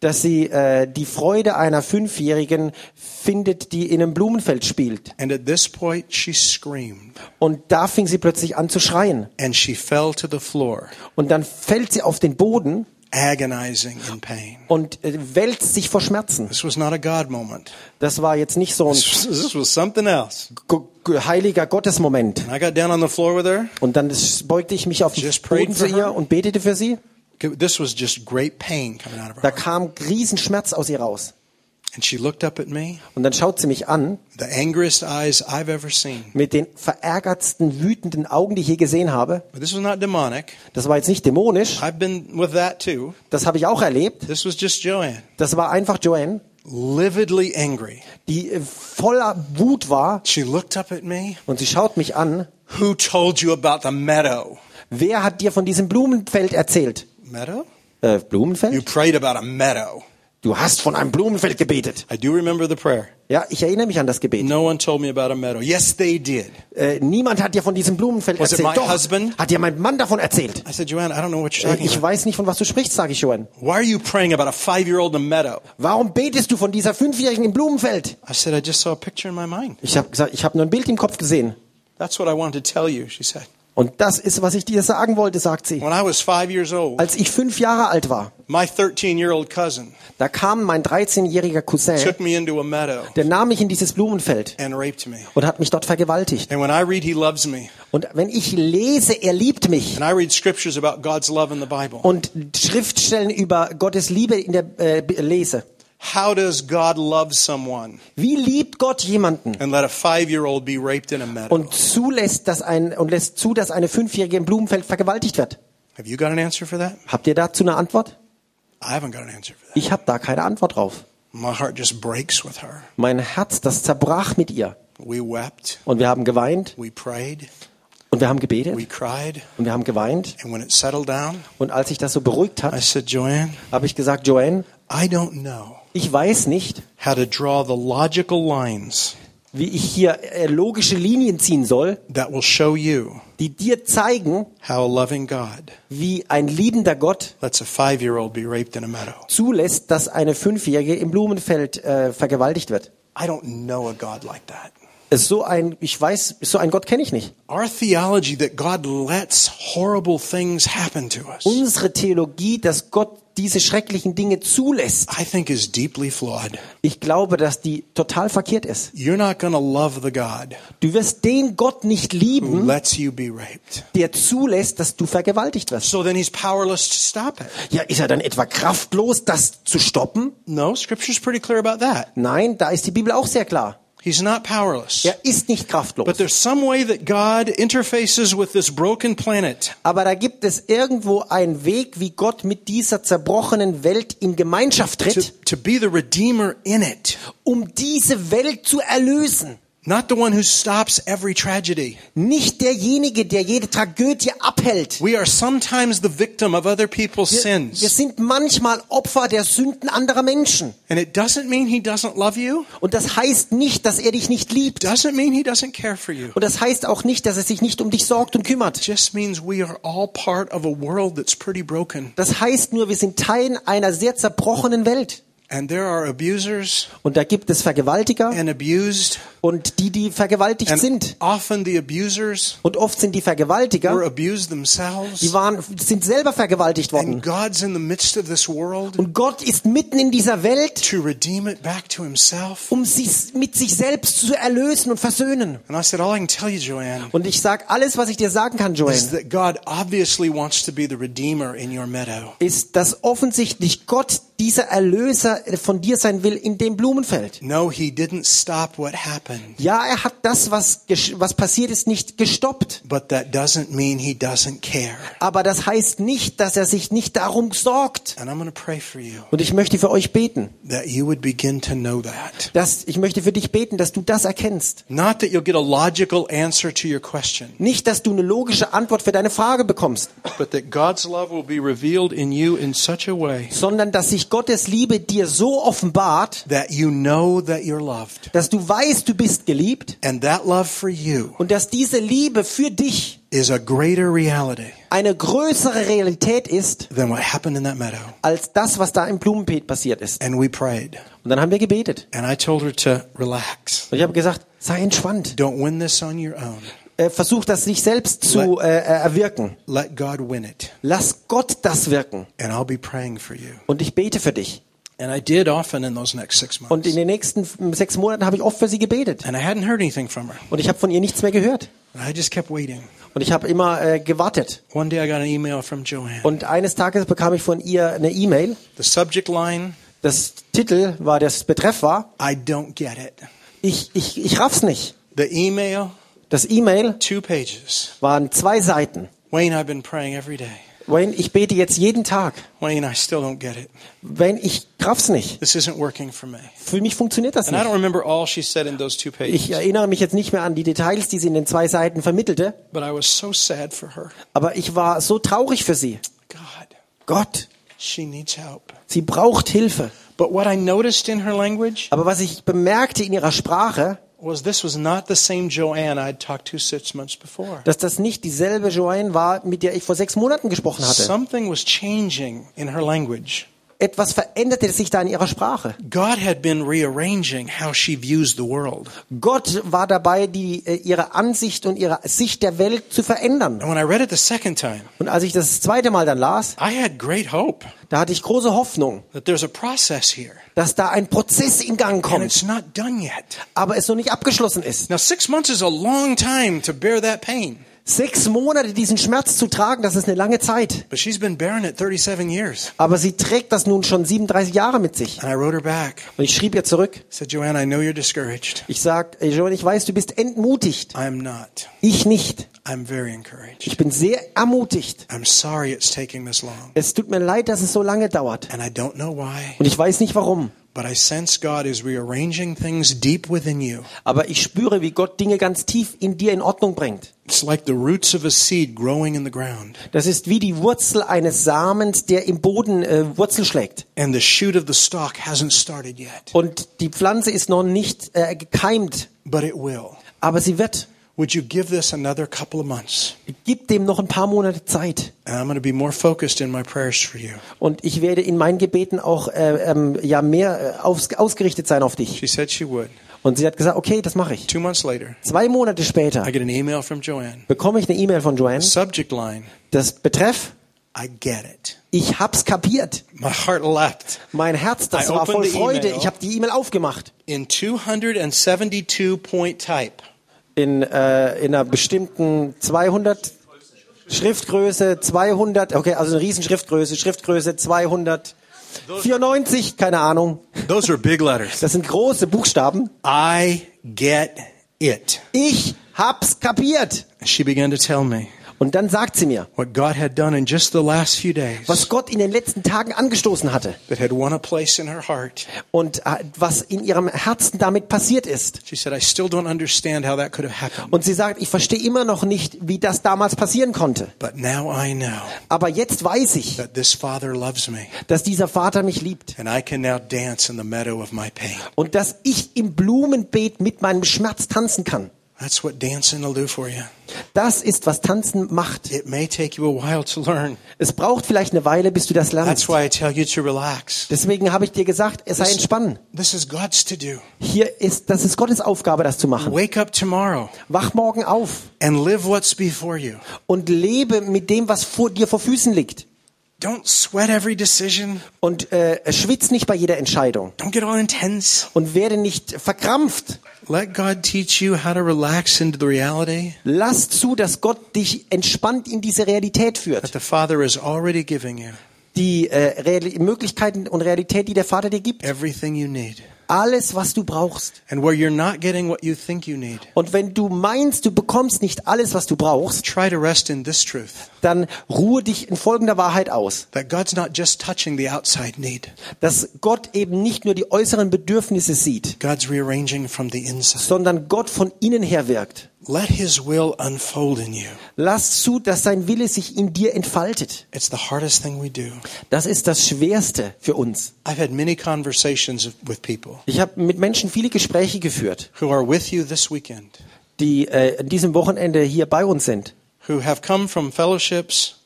dass sie äh, die Freude einer Fünfjährigen findet, die in einem Blumenfeld spielt. And at this point, she screamed Und da fing sie plötzlich an zu schreien. and she fell to the floor, Und dann fällt sie auf den Boden agonizing in pain. und äh, wälzt sich vor Schmerzen. This was not a God moment. Das war jetzt nicht so ein This was- this was something else. g- g- heiliger Gottesmoment. And I got down on the floor with her. Und dann beugte ich mich auf den Just prayed Boden zu for her. ihr und betete für sie. This was just great pain coming out of her. Da heart. kam Riesenschmerz aus ihr raus. And she looked up at me, Und dann schaut sie mich an the angriest eyes I've ever seen. mit den verärgertsten, wütenden Augen, die ich je gesehen habe. But this was not demonic. Das war jetzt nicht dämonisch, I've been with that too. das habe ich auch erlebt. This was just Joanne, Das war einfach Joanne, lividly angry. die äh, voller Wut war. She looked up at me. Und sie schaut mich an. Who told you about the meadow? Wer hat dir von diesem Blumenfeld erzählt? Meadow? Äh, You Blumenfeld? prayed about a meadow. Du hast von einem Blumenfeld gebetet. Hm. I do remember the prayer. Ja, ich erinnere mich an das Gebet. No one told me about a meadow. Yes, they did. Äh, niemand hat dir von diesem Blumenfeld Was it my erzählt. Doch, husband? hat dir mein Mann davon erzählt. I said, Joanne, I don't know what you're Äh, talking ich about. weiß nicht, von was du sprichst, sage ich Joanne. Why are you praying about a five year old in a meadow? Warum betest du von dieser Fünfjährigen im Blumenfeld? I said, I just saw a picture in my mind. Ich habe gesagt, ich habe nur ein Bild im Kopf gesehen. That's what I wanted to tell you, she said. Und das ist, was ich dir sagen wollte, sagt sie. When I was five years old, Als ich fünf Jahre alt war, my 13 year old cousin da kam mein 13-jähriger Cousin, took me into a meadow der nahm mich in dieses Blumenfeld and raped me. und hat mich dort vergewaltigt. And when I read, He loves me, Und wenn ich lese, er liebt mich and I read scriptures about God's love in the Bible, und Schriftstellen über Gottes Liebe in der äh, b- lese, how does God love someone wie liebt Gott jemanden and let a five year old be raped in a meadow? und zulässt, dass ein und lässt zu, dass eine Fünfjährige im Blumenfeld vergewaltigt wird? Have you got an answer for that? Habt ihr dazu eine Antwort? I haven't got an answer for that. Ich habe da keine Antwort drauf. My heart just breaks with her. Mein Herz, das zerbrach mit ihr. We wept, Und wir haben geweint we prayed, und wir haben gebetet we cried, und wir haben geweint. and when it settled down, Und als ich das so beruhigt I hat, said, Joanne, habe ich gesagt, Joanne, I don't know ich weiß nicht, how to draw the logical lines wie ich hier äh, logische Linien ziehen soll, that will show you die dir zeigen, how a loving God wie ein liebender Gott lets a five year old be raped in a meadow. zulässt, dass eine Fünfjährige im Blumenfeld äh, vergewaltigt wird. I don't know a God like that. Ist so ein, ich weiß, so ein Gott kenne ich nicht. Our theology that God lets horrible things happen to us, Unsere Theologie, dass Gott diese schrecklichen Dinge zulässt, I think is deeply flawed. ich glaube, dass die total verkehrt ist. You're not going to love the God Du wirst den Gott nicht who lieben, lets you be raped. der zulässt, dass du vergewaltigt wirst. So then he's powerless to stop it. Ja, ist er dann etwa kraftlos, das zu stoppen? No, scripture's pretty clear about that. Nein, da ist die Bibel auch sehr klar. He's not powerless. Er ist nicht kraftlos. But there's some way that God interfaces with this broken planet Aber da gibt es irgendwo einen Weg, wie Gott mit dieser zerbrochenen Welt in Gemeinschaft to, tritt, to be the redeemer in it. um diese Welt zu erlösen. Not the one who stops every tragedy. Nicht derjenige, der jede Tragödie abhält. We are sometimes the victim of other people's Wir sins. sind manchmal Opfer der Sünden anderer Menschen. And it doesn't mean he doesn't love you, Und das heißt nicht, dass er dich nicht liebt. doesn't mean he doesn't care for you. Und das heißt auch nicht, dass er sich nicht um dich sorgt und kümmert. Just means we are all part of a world that's pretty broken. Das heißt nur, wir sind Teil einer sehr zerbrochenen Welt. And there are abusers Und da gibt es Vergewaltiger and abused und die, die vergewaltigt And sind. often the abusers Und oft sind die were Vergewaltiger, abused themselves. die waren, sind selber vergewaltigt And worden. God's in the midst of this world Und Gott ist mitten in dieser Welt, to redeem it back to Himself. um sie mit sich selbst zu erlösen und versöhnen. And I said, All I can tell you, Joanne, Und ich sag alles, was ich dir sagen kann, is Joanne, that God obviously wants to be the redeemer in your meadow. ist, dass offensichtlich Gott dieser Erlöser äh, von dir sein will in dem Blumenfeld. No, He didn't stop what happened, Ja, er hat das, was, gesch- was passiert ist, nicht gestoppt. but that doesn't mean He doesn't care. Aber das heißt nicht, dass er sich nicht darum sorgt. And I'm going to pray for you Und ich möchte für euch beten. that you would begin to know that. Dass, ich möchte für dich beten, dass du das erkennst. Not that you'll get a logical answer to your question, Nicht, dass du eine logische Antwort für deine Frage bekommst, but that God's love will be revealed in you in such a way sondern dass sich Gottes Liebe dir so offenbart, that you know that you're loved. dass du weißt, du bist geliebt And that love for you und dass diese Liebe für dich is a greater reality eine größere Realität ist, than what happened in that meadow. als das, was da im Blumenbeet passiert ist. And we prayed. Und dann haben wir gebetet. And I told her to relax. Und ich habe gesagt, sei entspannt. Don't win this on your own. Äh, versuch das sich selbst zu äh, äh, erwirken. Let God win it. Lass Gott das wirken. And I'll be praying for you. Und ich bete für dich. And I did often in those next six months. Und in den nächsten f- sechs Monaten habe ich oft für sie gebetet. and I hadn't heard anything from her. Und ich habe von ihr nichts mehr gehört. And I just kept waiting. Und ich habe immer äh, gewartet. One day I got an email from Joanne. Und eines Tages bekam ich von ihr eine E-Mail. The subject line, Das Titel war, das Betreff war, I don't get it. ich, ich, ich raff's nicht. The email, Das E-Mail two pages. waren zwei Seiten. Wayne, I've been praying every day. Wayne, ich bete jetzt jeden Tag. Wayne, I still don't get it. Wayne, ich raff's nicht. This isn't working for me. Für mich funktioniert das And I nicht. don't remember all she said in those two pages, Ich erinnere mich jetzt nicht mehr an die Details, die sie in den zwei Seiten vermittelte, but I was so sad for her. aber ich war so traurig für sie. God, Gott, she needs help. sie braucht Hilfe. But what I noticed in her language Aber was ich bemerkte in ihrer Sprache, was this was not the same Joanne I'd talked to six months before. dass das nicht dieselbe Joanne war, mit der ich vor sechs Monaten gesprochen hatte. Something was changing in her language. Etwas veränderte sich da in ihrer Sprache. God had been rearranging how she views the world. Gott war dabei, die, äh, ihre Ansicht und ihre Sicht der Welt zu verändern. And when I read it the second time, Und als ich das zweite Mal dann las, I had great hope da hatte ich große Hoffnung, that there's a process here. dass da ein Prozess in Gang And kommt, it's not done yet. aber es noch nicht abgeschlossen ist. Now, six months is a long time to bear that pain, Sechs Monate diesen Schmerz zu tragen, das ist eine lange Zeit. but she's been bearing it 37 years. Aber sie trägt das nun schon 37 Jahre mit sich. And I wrote her back. Und ich schrieb ihr zurück. I said, Joanne, I know you're discouraged. Ich sag, "Ey, Joanne, ich weiß, du bist entmutigt. I'm not. Ich nicht. I'm very encouraged. Ich bin sehr ermutigt. I'm sorry it's taking this long. Es tut mir leid, dass es so lange dauert. And I don't know why, Und ich weiß nicht warum. but I sense God is rearranging things deep within you. Aber ich spüre, wie Gott Dinge ganz tief in dir in Ordnung bringt. It's like the roots of a seed growing in the ground, Das ist wie die Wurzel eines Samens, der im Boden äh, Wurzel schlägt. and the shoot of the stalk hasn't started yet, Und die Pflanze ist noch nicht äh, gekeimt, but it will. aber sie wird. Would you give this another couple of months? Gib dem noch ein paar Monate Zeit. And I'm going to be more focused in my prayers for you. Und ich werde in meinen Gebeten auch äh, ähm, ja mehr äh, aufs, ausgerichtet sein auf dich. She said she would. Und sie hat gesagt, okay, das mache ich. Two months later, Zwei Monate später I get an email from Joanne. bekomme ich eine E-Mail von Joanne. Subject line Das betreff, I get it. ich hab's kapiert. My heart leapt. Mein Herz, das I war opened voll the Freude. email. Ich habe die E-Mail aufgemacht. In 272 point type, in, äh, in einer bestimmten 200 Schriftgröße, 200, okay, also eine Riesenschriftgröße, Schriftgröße 294, keine Ahnung. those are big letters. Das sind große Buchstaben. I get it. Ich hab's kapiert. She began to tell me Und dann sagt sie mir, what God had done in just the last few days was Gott in den letzten Tagen angestoßen hatte that had won a place in her heart. und äh, was in ihrem Herzen damit passiert ist. She said, I still don't understand how that could have happened, Und sie sagt, ich verstehe immer noch nicht, wie das damals passieren konnte. but now I know Aber jetzt weiß ich, that this Father loves me dass dieser Vater mich liebt and I can now dance in the meadow of my pain. und dass ich im Blumenbeet mit meinem Schmerz tanzen kann. That's what dancing will do for you. Das ist, was Tanzen macht. It may take you a while to learn. Es braucht vielleicht eine Weile, bis du das That's lernst. why I tell you to relax. Deswegen habe ich dir gesagt, es sei entspannen. This is God's to do. Hier ist, das ist Gottes Aufgabe, das zu machen. Wake up tomorrow Wach morgen auf and live what's before you. und lebe mit dem, was vor dir vor Füßen liegt. Don't sweat every decision. Und äh, schwitz nicht bei jeder Entscheidung. Don't get all intense. Und werde nicht verkrampft. Let God teach you how to relax into the reality Lass zu, dass Gott dich entspannt in diese Realität that führt. the Father is already giving you Die äh, Reali Möglichkeiten und Realität, die der Vater dir gibt. everything you need. Alles, was du brauchst. And where you're not getting what you think you need, Und wenn du meinst, du bekommst nicht alles, was du brauchst, try to rest in this truth dann ruhe dich in folgender Wahrheit aus. that God's not just touching the outside need, Dass Gott eben nicht nur die äußeren Bedürfnisse sieht, God's rearranging from the inside. sondern Gott von innen her wirkt. Let His will unfold in you. Lass zu, dass sein Wille sich in dir entfaltet. It's the hardest thing we do. Das ist das Schwerste für uns. I've had many conversations with people Ich habe mit Menschen viele Gespräche geführt, who are with you this weekend, die äh, an diesem Wochenende hier bei uns sind, who have come from fellowships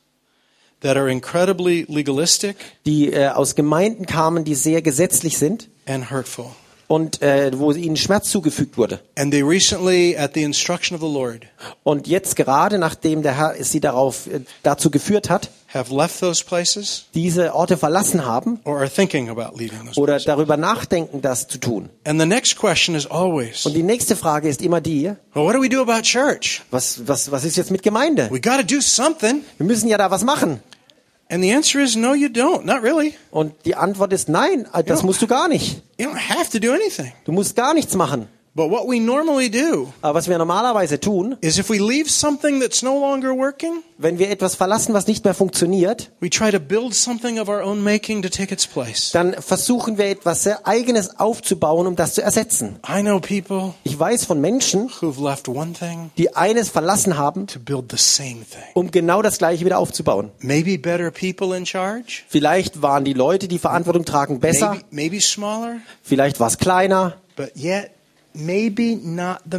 that are incredibly legalistic die äh, aus Gemeinden kamen, die sehr gesetzlich sind and hurtful. und äh, wo ihnen Schmerz zugefügt wurde. And they recently, at the instruction of the Lord, Und jetzt gerade, nachdem der Herr sie darauf äh, dazu geführt hat, have left those places diese Orte verlassen haben or are thinking about leaving those oder places. darüber nachdenken, das zu tun. And the next question is always, Und die nächste Frage ist immer die, well, what do we do about church? was, was, was ist jetzt mit Gemeinde? We got to do something. Wir müssen ja da was machen. And the answer is no, you don't. Not really. Und die Antwort ist nein, das Ja. musst du gar nicht. You don't have to do anything. Du musst gar nichts machen. But what we normally do Aber was wir normalerweise tun, is if we leave something that's no longer working, wenn wir etwas verlassen, was nicht mehr funktioniert, we try to build something of our own making to take its place. dann versuchen wir etwas sehr eigenes aufzubauen, um das zu ersetzen. I know people Ich weiß von Menschen, who've left one thing die eines verlassen haben, to build the same thing. um genau das gleiche wieder aufzubauen. Maybe better people in charge, Vielleicht waren die Leute, die Verantwortung tragen, besser, maybe, maybe smaller, vielleicht war es kleiner, but yet maybe not the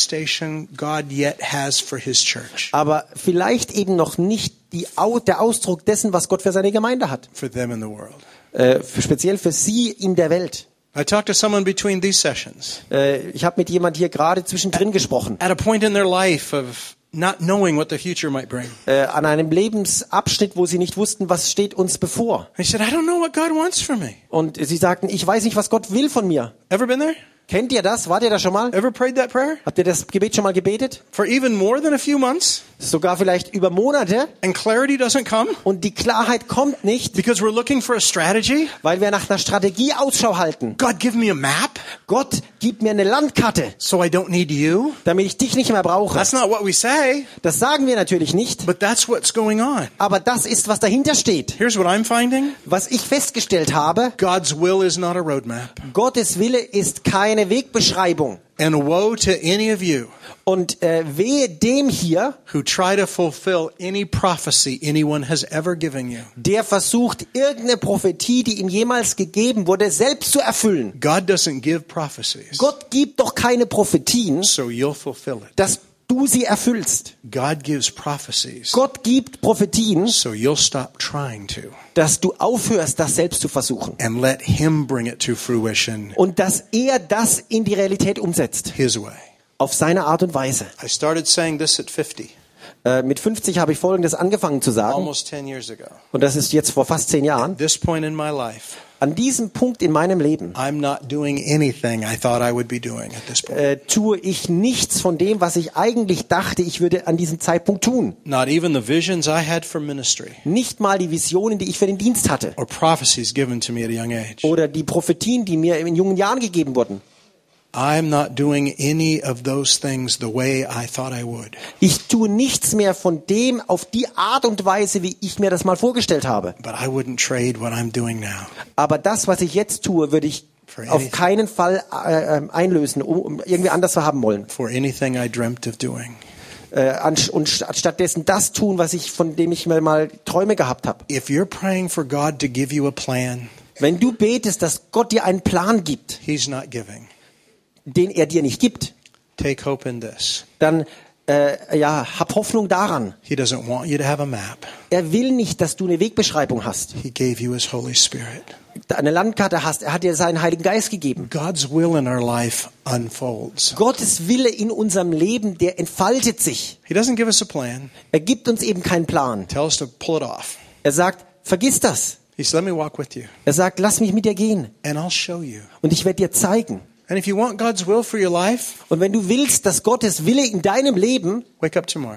manifestation God yet has for his church, aber vielleicht eben noch nicht die, Au- der Ausdruck dessen, was Gott für seine Gemeinde hat. for them in the world. Äh, für, speziell für sie in der Welt. I talked to someone between these sessions Äh, ich habe mit jemand hier gerade zwischendrin gesprochen, at a point in their life of not knowing what the future might bring. äh, an einem Lebensabschnitt, wo sie nicht wussten, was steht uns bevor. They said, I don't know what God wants for me. Und sie sagten, ich weiß nicht, was Gott will von mir. Ever been there? Kennt ihr das? Wart ihr da schon mal? Ever prayed that prayer? Habt ihr das Gebet schon mal gebetet? For even more than a few months? Sogar vielleicht über Monate And clarity doesn't come? und die Klarheit kommt nicht, Because we're looking for a strategy? weil wir nach einer Strategie Ausschau halten. God, give me a map Gott, gib mir eine Landkarte, so I don't need you? damit ich dich nicht mehr brauche. That's not what we say, Das sagen wir natürlich nicht, but that's what's going on. aber das ist, was dahinter steht. Here's what I'm finding Was ich festgestellt habe, God's will is not a roadmap. Gottes Wille ist keine Wegbeschreibung. And woe to any of you Und äh, wehe dem hier, who try to fulfill any prophecy anyone has ever given you. der versucht, irgendeine Prophetie, die ihm jemals gegeben wurde, selbst zu erfüllen. God doesn't give prophecies, Gott gibt doch keine Prophetien, so you'll fulfill it. dass du sie erfüllst. God gives prophecies, Gott gibt Prophetien, so you'll stop trying to dass du aufhörst, das selbst zu versuchen. and let Him bring it to fruition Und dass er das in die Realität umsetzt. His way. Auf seine Art und Weise. I started saying this at 50, Äh, mit 50 habe ich Folgendes angefangen zu sagen. almost 10 years ago. Und das ist jetzt vor fast zehn Jahren. This point in my life, An diesem Punkt in meinem Leben I'm not doing anything I thought I would be doing at this point. äh, tue ich nichts von dem, was ich eigentlich dachte, ich würde an diesem Zeitpunkt tun. Not even the visions I had for ministry Nicht mal die Visionen, die ich für den Dienst hatte. or prophecies given to me at a young age. Oder die Prophetien, die mir in jungen Jahren gegeben wurden. I'm not doing any of those things the way I thought I would. Ich tue nichts mehr von dem auf die Art und Weise, wie ich mir das mal vorgestellt habe. But I wouldn't trade what I'm doing now. Aber das, was ich jetzt tue, würde ich Für auf anything. keinen Fall äh, ähm, einlösen, um, um irgendwie anders zu haben wollen. for anything I dreamt of doing. Äh, anst und st stattdessen das tun, was ich von dem ich mir mal Träume gehabt habe. If you're praying for God to give you a plan, Wenn du betest, dass Gott dir einen Plan gibt, He's not giving. den er dir nicht gibt, Take hope in this. dann äh, ja, hab Hoffnung daran. He doesn't want you to have a map. Er will nicht, dass du eine Wegbeschreibung hast, He gave you his Holy Spirit. eine Landkarte hast. Er hat dir seinen Heiligen Geist gegeben. God's will in our life unfolds. Gottes Wille in unserem Leben, der entfaltet sich. He doesn't give us a plan, Er gibt uns eben keinen Plan. tell us to pull it off. Er sagt, vergiss das. He says, Let me walk with you, Er sagt, lass mich mit dir gehen and I'll show you. und ich werde dir zeigen. And if you want God's will for your life, Und wenn du willst, dass Gottes Wille in deinem Leben wake up tomorrow.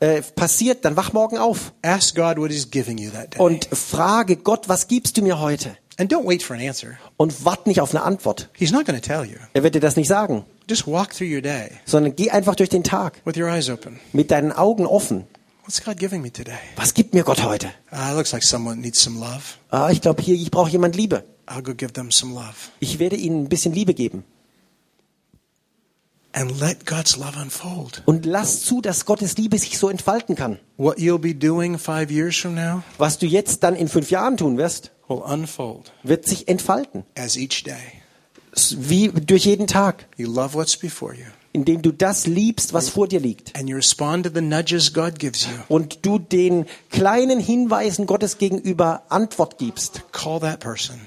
äh, passiert, dann wach morgen auf Ask God what He's giving you that day. und frage Gott, was gibst du mir heute? and don't wait for an answer. Und wart nicht auf eine Antwort. He's not going to tell you. Er wird dir das nicht sagen, Just walk through your day sondern geh einfach durch den Tag with your eyes open. mit deinen Augen offen. What's God giving me today? Was gibt mir Gott heute? Ah, it looks like someone needs some love. Ah, ich glaube, hier, ich brauche jemand Liebe. I'll go give them some love. Ich werde ihnen ein bisschen Liebe geben. And let God's love unfold. Und lass zu, dass Gottes Liebe sich so entfalten kann. What you'll be doing five years from now Was du jetzt dann in fünf Jahren tun wirst, will unfold wird sich entfalten. as each day. Wie durch jeden Tag, You love what's before you, indem du das liebst, was vor dir liegt. and you respond to the nudges God gives you. Und du den kleinen Hinweisen Gottes gegenüber Antwort gibst. Call that person,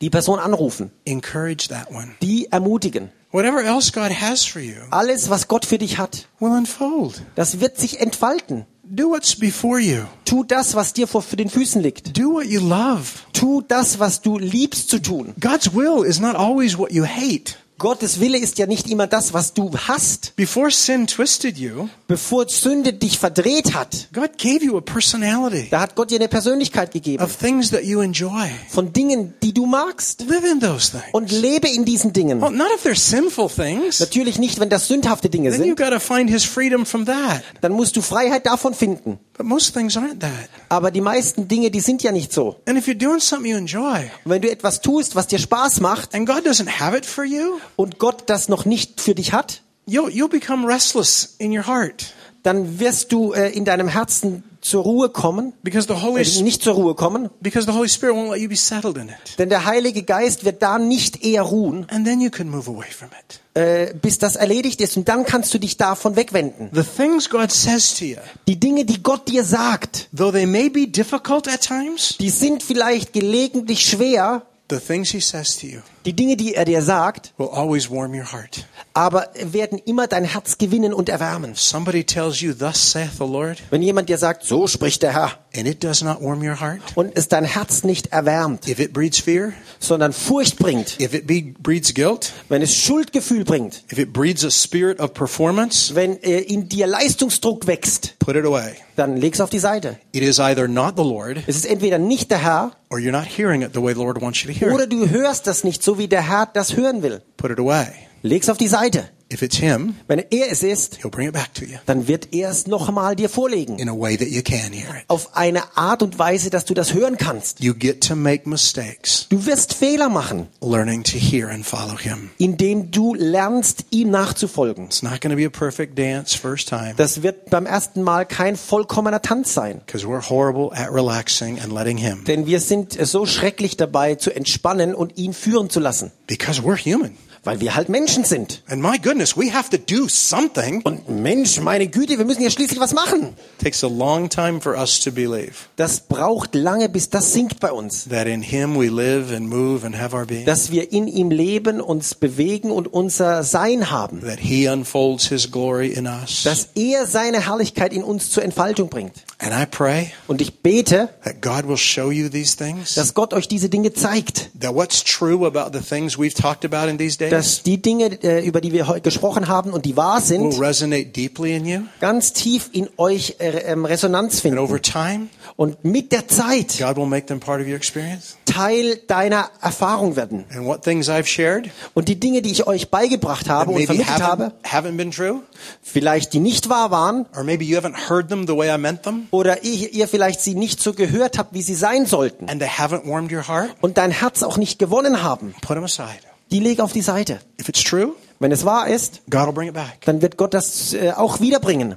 Die Person anrufen, encourage that one. die ermutigen. Whatever else God has for you Alles, was Gott für dich hat, will unfold. das wird sich entfalten. Do what's before you, Tu das, was dir vor, für den Füßen liegt. do what you love. Tu das, was du liebst zu tun. God's will is not always what you hate. Gottes Wille ist ja nicht immer das, was du hast. Before sin twisted you, Bevor Sünde dich verdreht hat, God gave you a personality da hat Gott dir eine Persönlichkeit of gegeben. things that you enjoy. Von Dingen, die du magst. Live in those things. Und lebe in diesen Well, Dingen. not if they're sinful things. Natürlich nicht, wenn das sündhafte Dinge Then you've sind. got to find his freedom from that. Dann musst du Freiheit davon finden. But most things aren't that. Aber die meisten Dinge, die sind ja nicht so. And if you're doing something you enjoy, Und wenn du etwas tust, was dir Spaß macht and God doesn't have it for you, und Gott das noch nicht für dich hat, you'll, you'll become restless in your heart dann wirst du äh, in deinem Herzen zur Ruhe kommen. because the Holy Äh, S- nicht zur Ruhe kommen. because the Holy Spirit won't let you be settled in it. Denn der Heilige Geist wird da nicht eher ruhen, And then you can move away from it. äh, bis das erledigt ist. Und dann kannst du dich davon wegwenden. The things God says to you, Die Dinge, die Gott dir sagt, though they may be difficult at times, die sind vielleicht gelegentlich schwer. the things He says to you Die Dinge, die er dir sagt, will always warm your heart. aber werden immer dein Herz gewinnen und erwärmen. Somebody tells you, "Thus saith the Lord," Wenn jemand dir sagt, so spricht der Herr, and it does not warm your heart. und es dein Herz nicht erwärmt, If it breeds fear, sondern Furcht bringt, if it be, breeds guilt, wenn es Schuldgefühl bringt, if it breeds a spirit of performance, wenn äh, in dir Leistungsdruck wächst, put it away. dann leg's auf die Seite. It is either not the Lord Es ist entweder nicht der Herr or you're not hearing it the way the Lord wants you to hear oder it. du hörst das nicht so, wie der Herr das hören will. Put it away. Leg's auf die Seite. If it's Him, Wenn er es ist, He'll bring it back to you dann wird er es nochmal dir vorlegen. in a way that you can hear it. Auf eine Art und Weise, dass du das hören kannst. You get to make mistakes Du wirst Fehler machen, learning to hear and follow Him. indem du lernst, ihm nachzufolgen. It's not going to be a perfect dance first time Das wird beim ersten Mal kein vollkommener Tanz sein. because we're horrible at relaxing and letting Him Denn wir sind so schrecklich dabei, zu entspannen und ihn führen zu lassen. because we're human. Weil wir halt Menschen sind. And my goodness, we have to do something. Und Mensch, meine Güte, wir müssen ja schließlich was machen. takes a long time for us to believe Das braucht lange, bis das sinkt bei uns. that in Him we live and move and have our being, Dass wir in ihm leben, uns bewegen und unser Sein haben. that He unfolds His glory in us. Dass er seine Herrlichkeit in uns zur Entfaltung bringt. and I pray Und ich bete, that God will show you these things, dass Gott euch diese Dinge zeigt. that what's true about the things we've talked about in these days Dass die Dinge, äh, über die wir heute gesprochen haben und die wahr will sind, resonate deeply in you. ganz tief in euch äh, ähm, Resonanz And finden. over time, Und mit der Zeit God will make them part of your experience. Teil deiner Erfahrung werden. And what things I've shared Und die Dinge, die ich euch beigebracht that habe und maybe vermittelt habe, haven't, haven't been true, vielleicht die nicht wahr waren or maybe you haven't heard them the way I meant them, oder ihr, ihr vielleicht sie nicht so gehört habt, wie sie sein sollten and they haven't warmed your heart, und dein Herz auch nicht gewonnen haben, put them aside. die leg auf die Seite. If it's true, Wenn es wahr ist, God will bring it back. dann wird Gott das äh, auch wiederbringen,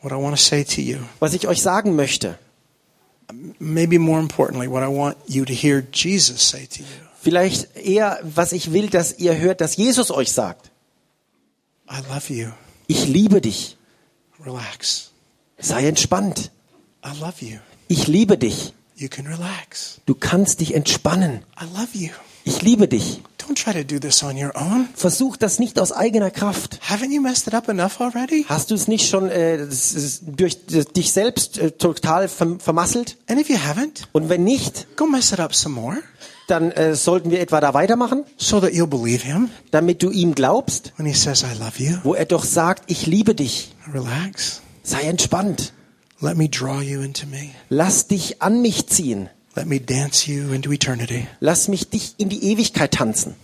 What I want to say to you was ich euch sagen möchte. maybe more importantly, what I want you to hear Jesus say to you Vielleicht eher, was ich will, dass ihr hört, dass Jesus euch sagt. I love you. Ich liebe dich. Relax. Sei entspannt. I love you. Ich liebe dich. You can relax. Du kannst dich entspannen. I love you. Ich liebe dich. Don't try to do this on your own. Versuch das nicht aus eigener Kraft. Haven't you messed it up enough already? Hast du es nicht schon äh, das ist durch das- dich selbst äh, total verm vermasselt? And if you haven't, Und wenn nicht, go mess it up some more dann äh, sollten wir etwa da weitermachen, so that you'll believe him damit du ihm glaubst, when he says, I love you. wo er doch sagt, ich liebe dich. Relax. Sei entspannt. Let me draw you into me. Lass dich an mich ziehen. Let me dance you into eternity. Lass mich dich in die Ewigkeit tanzen.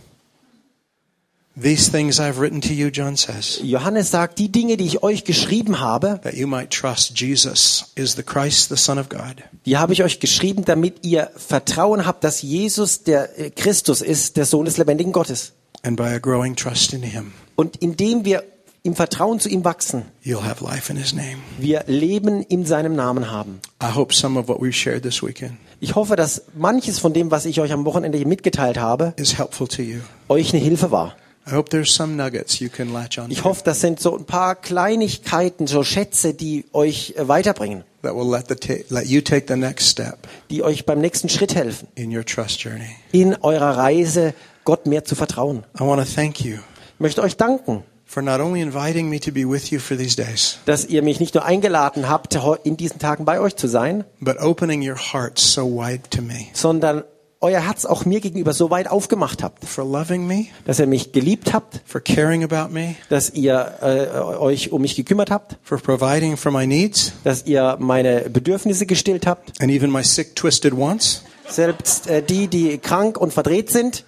These things I've written to you, John says, Johannes sagt, die Dinge, die ich euch geschrieben habe, that you might trust Jesus is the Christ, the Son of God. die habe ich euch geschrieben, damit ihr Vertrauen habt, dass Jesus der äh, Christus ist, der Sohn des lebendigen Gottes. And by a growing trust in him, Und indem wir im Vertrauen zu ihm wachsen, you'll have life in his name. wir Leben in seinem Namen haben. I hope some of what we've shared this weekend Ich hoffe, dass manches von dem, was ich euch am Wochenende hier mitgeteilt habe, is helpful to you. euch eine Hilfe war. I hope there's some nuggets you can latch on Ich to hoffe, das sind so ein paar Kleinigkeiten, so Schätze, die euch äh, weiterbringen, that will let, the ta- let you take the next step die euch beim nächsten Schritt helfen, in your trust journey. in eurer Reise Gott mehr zu vertrauen. I want to thank you Ich möchte euch danken, for not only inviting me to be with you for these days, dass ihr mich nicht nur eingeladen habt, heu- in diesen Tagen bei euch zu sein, but opening your heart so wide to me, sondern euer Herz auch mir gegenüber so weit aufgemacht habt, for loving me, dass ihr mich geliebt habt, for caring about me, dass ihr äh, euch um mich gekümmert habt, for providing for my needs dass ihr meine Bedürfnisse gestillt habt, and even my sick, twisted wants. selbst äh, die, die krank und verdreht sind.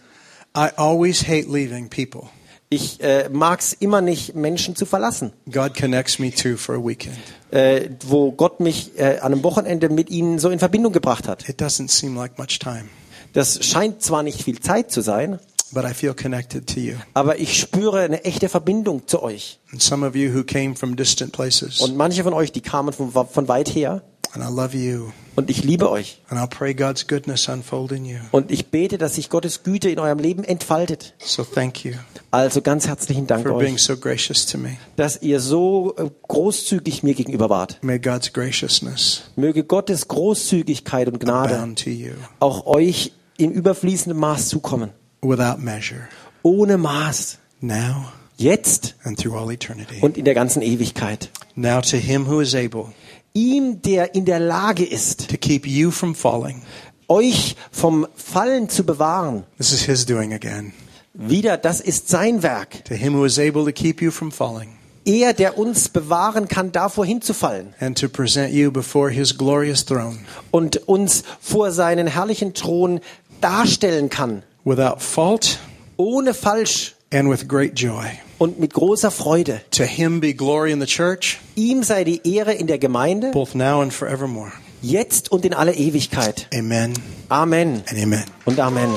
I always hate leaving people. Ich äh, mag es immer nicht, Menschen zu verlassen, God connects me to for a weekend. äh, wo Gott mich äh, an einem Wochenende mit ihnen so in Verbindung gebracht hat. It doesn't seem like much time, Das scheint zwar nicht viel Zeit zu sein, but I feel connected to you. aber ich spüre eine echte Verbindung zu euch. And some of you who came from distant places, Und manche von euch, die kamen von, von weit her. and I love you, Und ich liebe euch. and I'll pray God's goodness unfold in you. Und ich bete, dass sich Gottes Güte in eurem Leben entfaltet. So thank you Also ganz herzlichen Dank for being euch, so gracious to me. dass ihr so äh, großzügig mir gegenüber wart. May God's graciousness Möge Gottes Großzügigkeit und Gnade bound to you auch euch in überfließendem Maß zukommen. without measure, Ohne Maß. now Jetzt and through all eternity. und in der ganzen Ewigkeit. Now to him who is able Ihm, der in der Lage ist, to keep you from falling. euch vom Fallen zu bewahren. This is his doing again. Wieder, das ist sein Werk. To him who is able to keep you from falling Er, der uns bewahren kann, davor hinzufallen. and to present you before his glorious throne und uns vor seinen herrlichen Thron darstellen kann, without fault ohne falsch and with great joy. und mit großer Freude. To him be glory in the church, Ihm sei die Ehre in der Gemeinde, both now and forevermore. jetzt und in alle Ewigkeit. Amen Amen and amen. und Amen.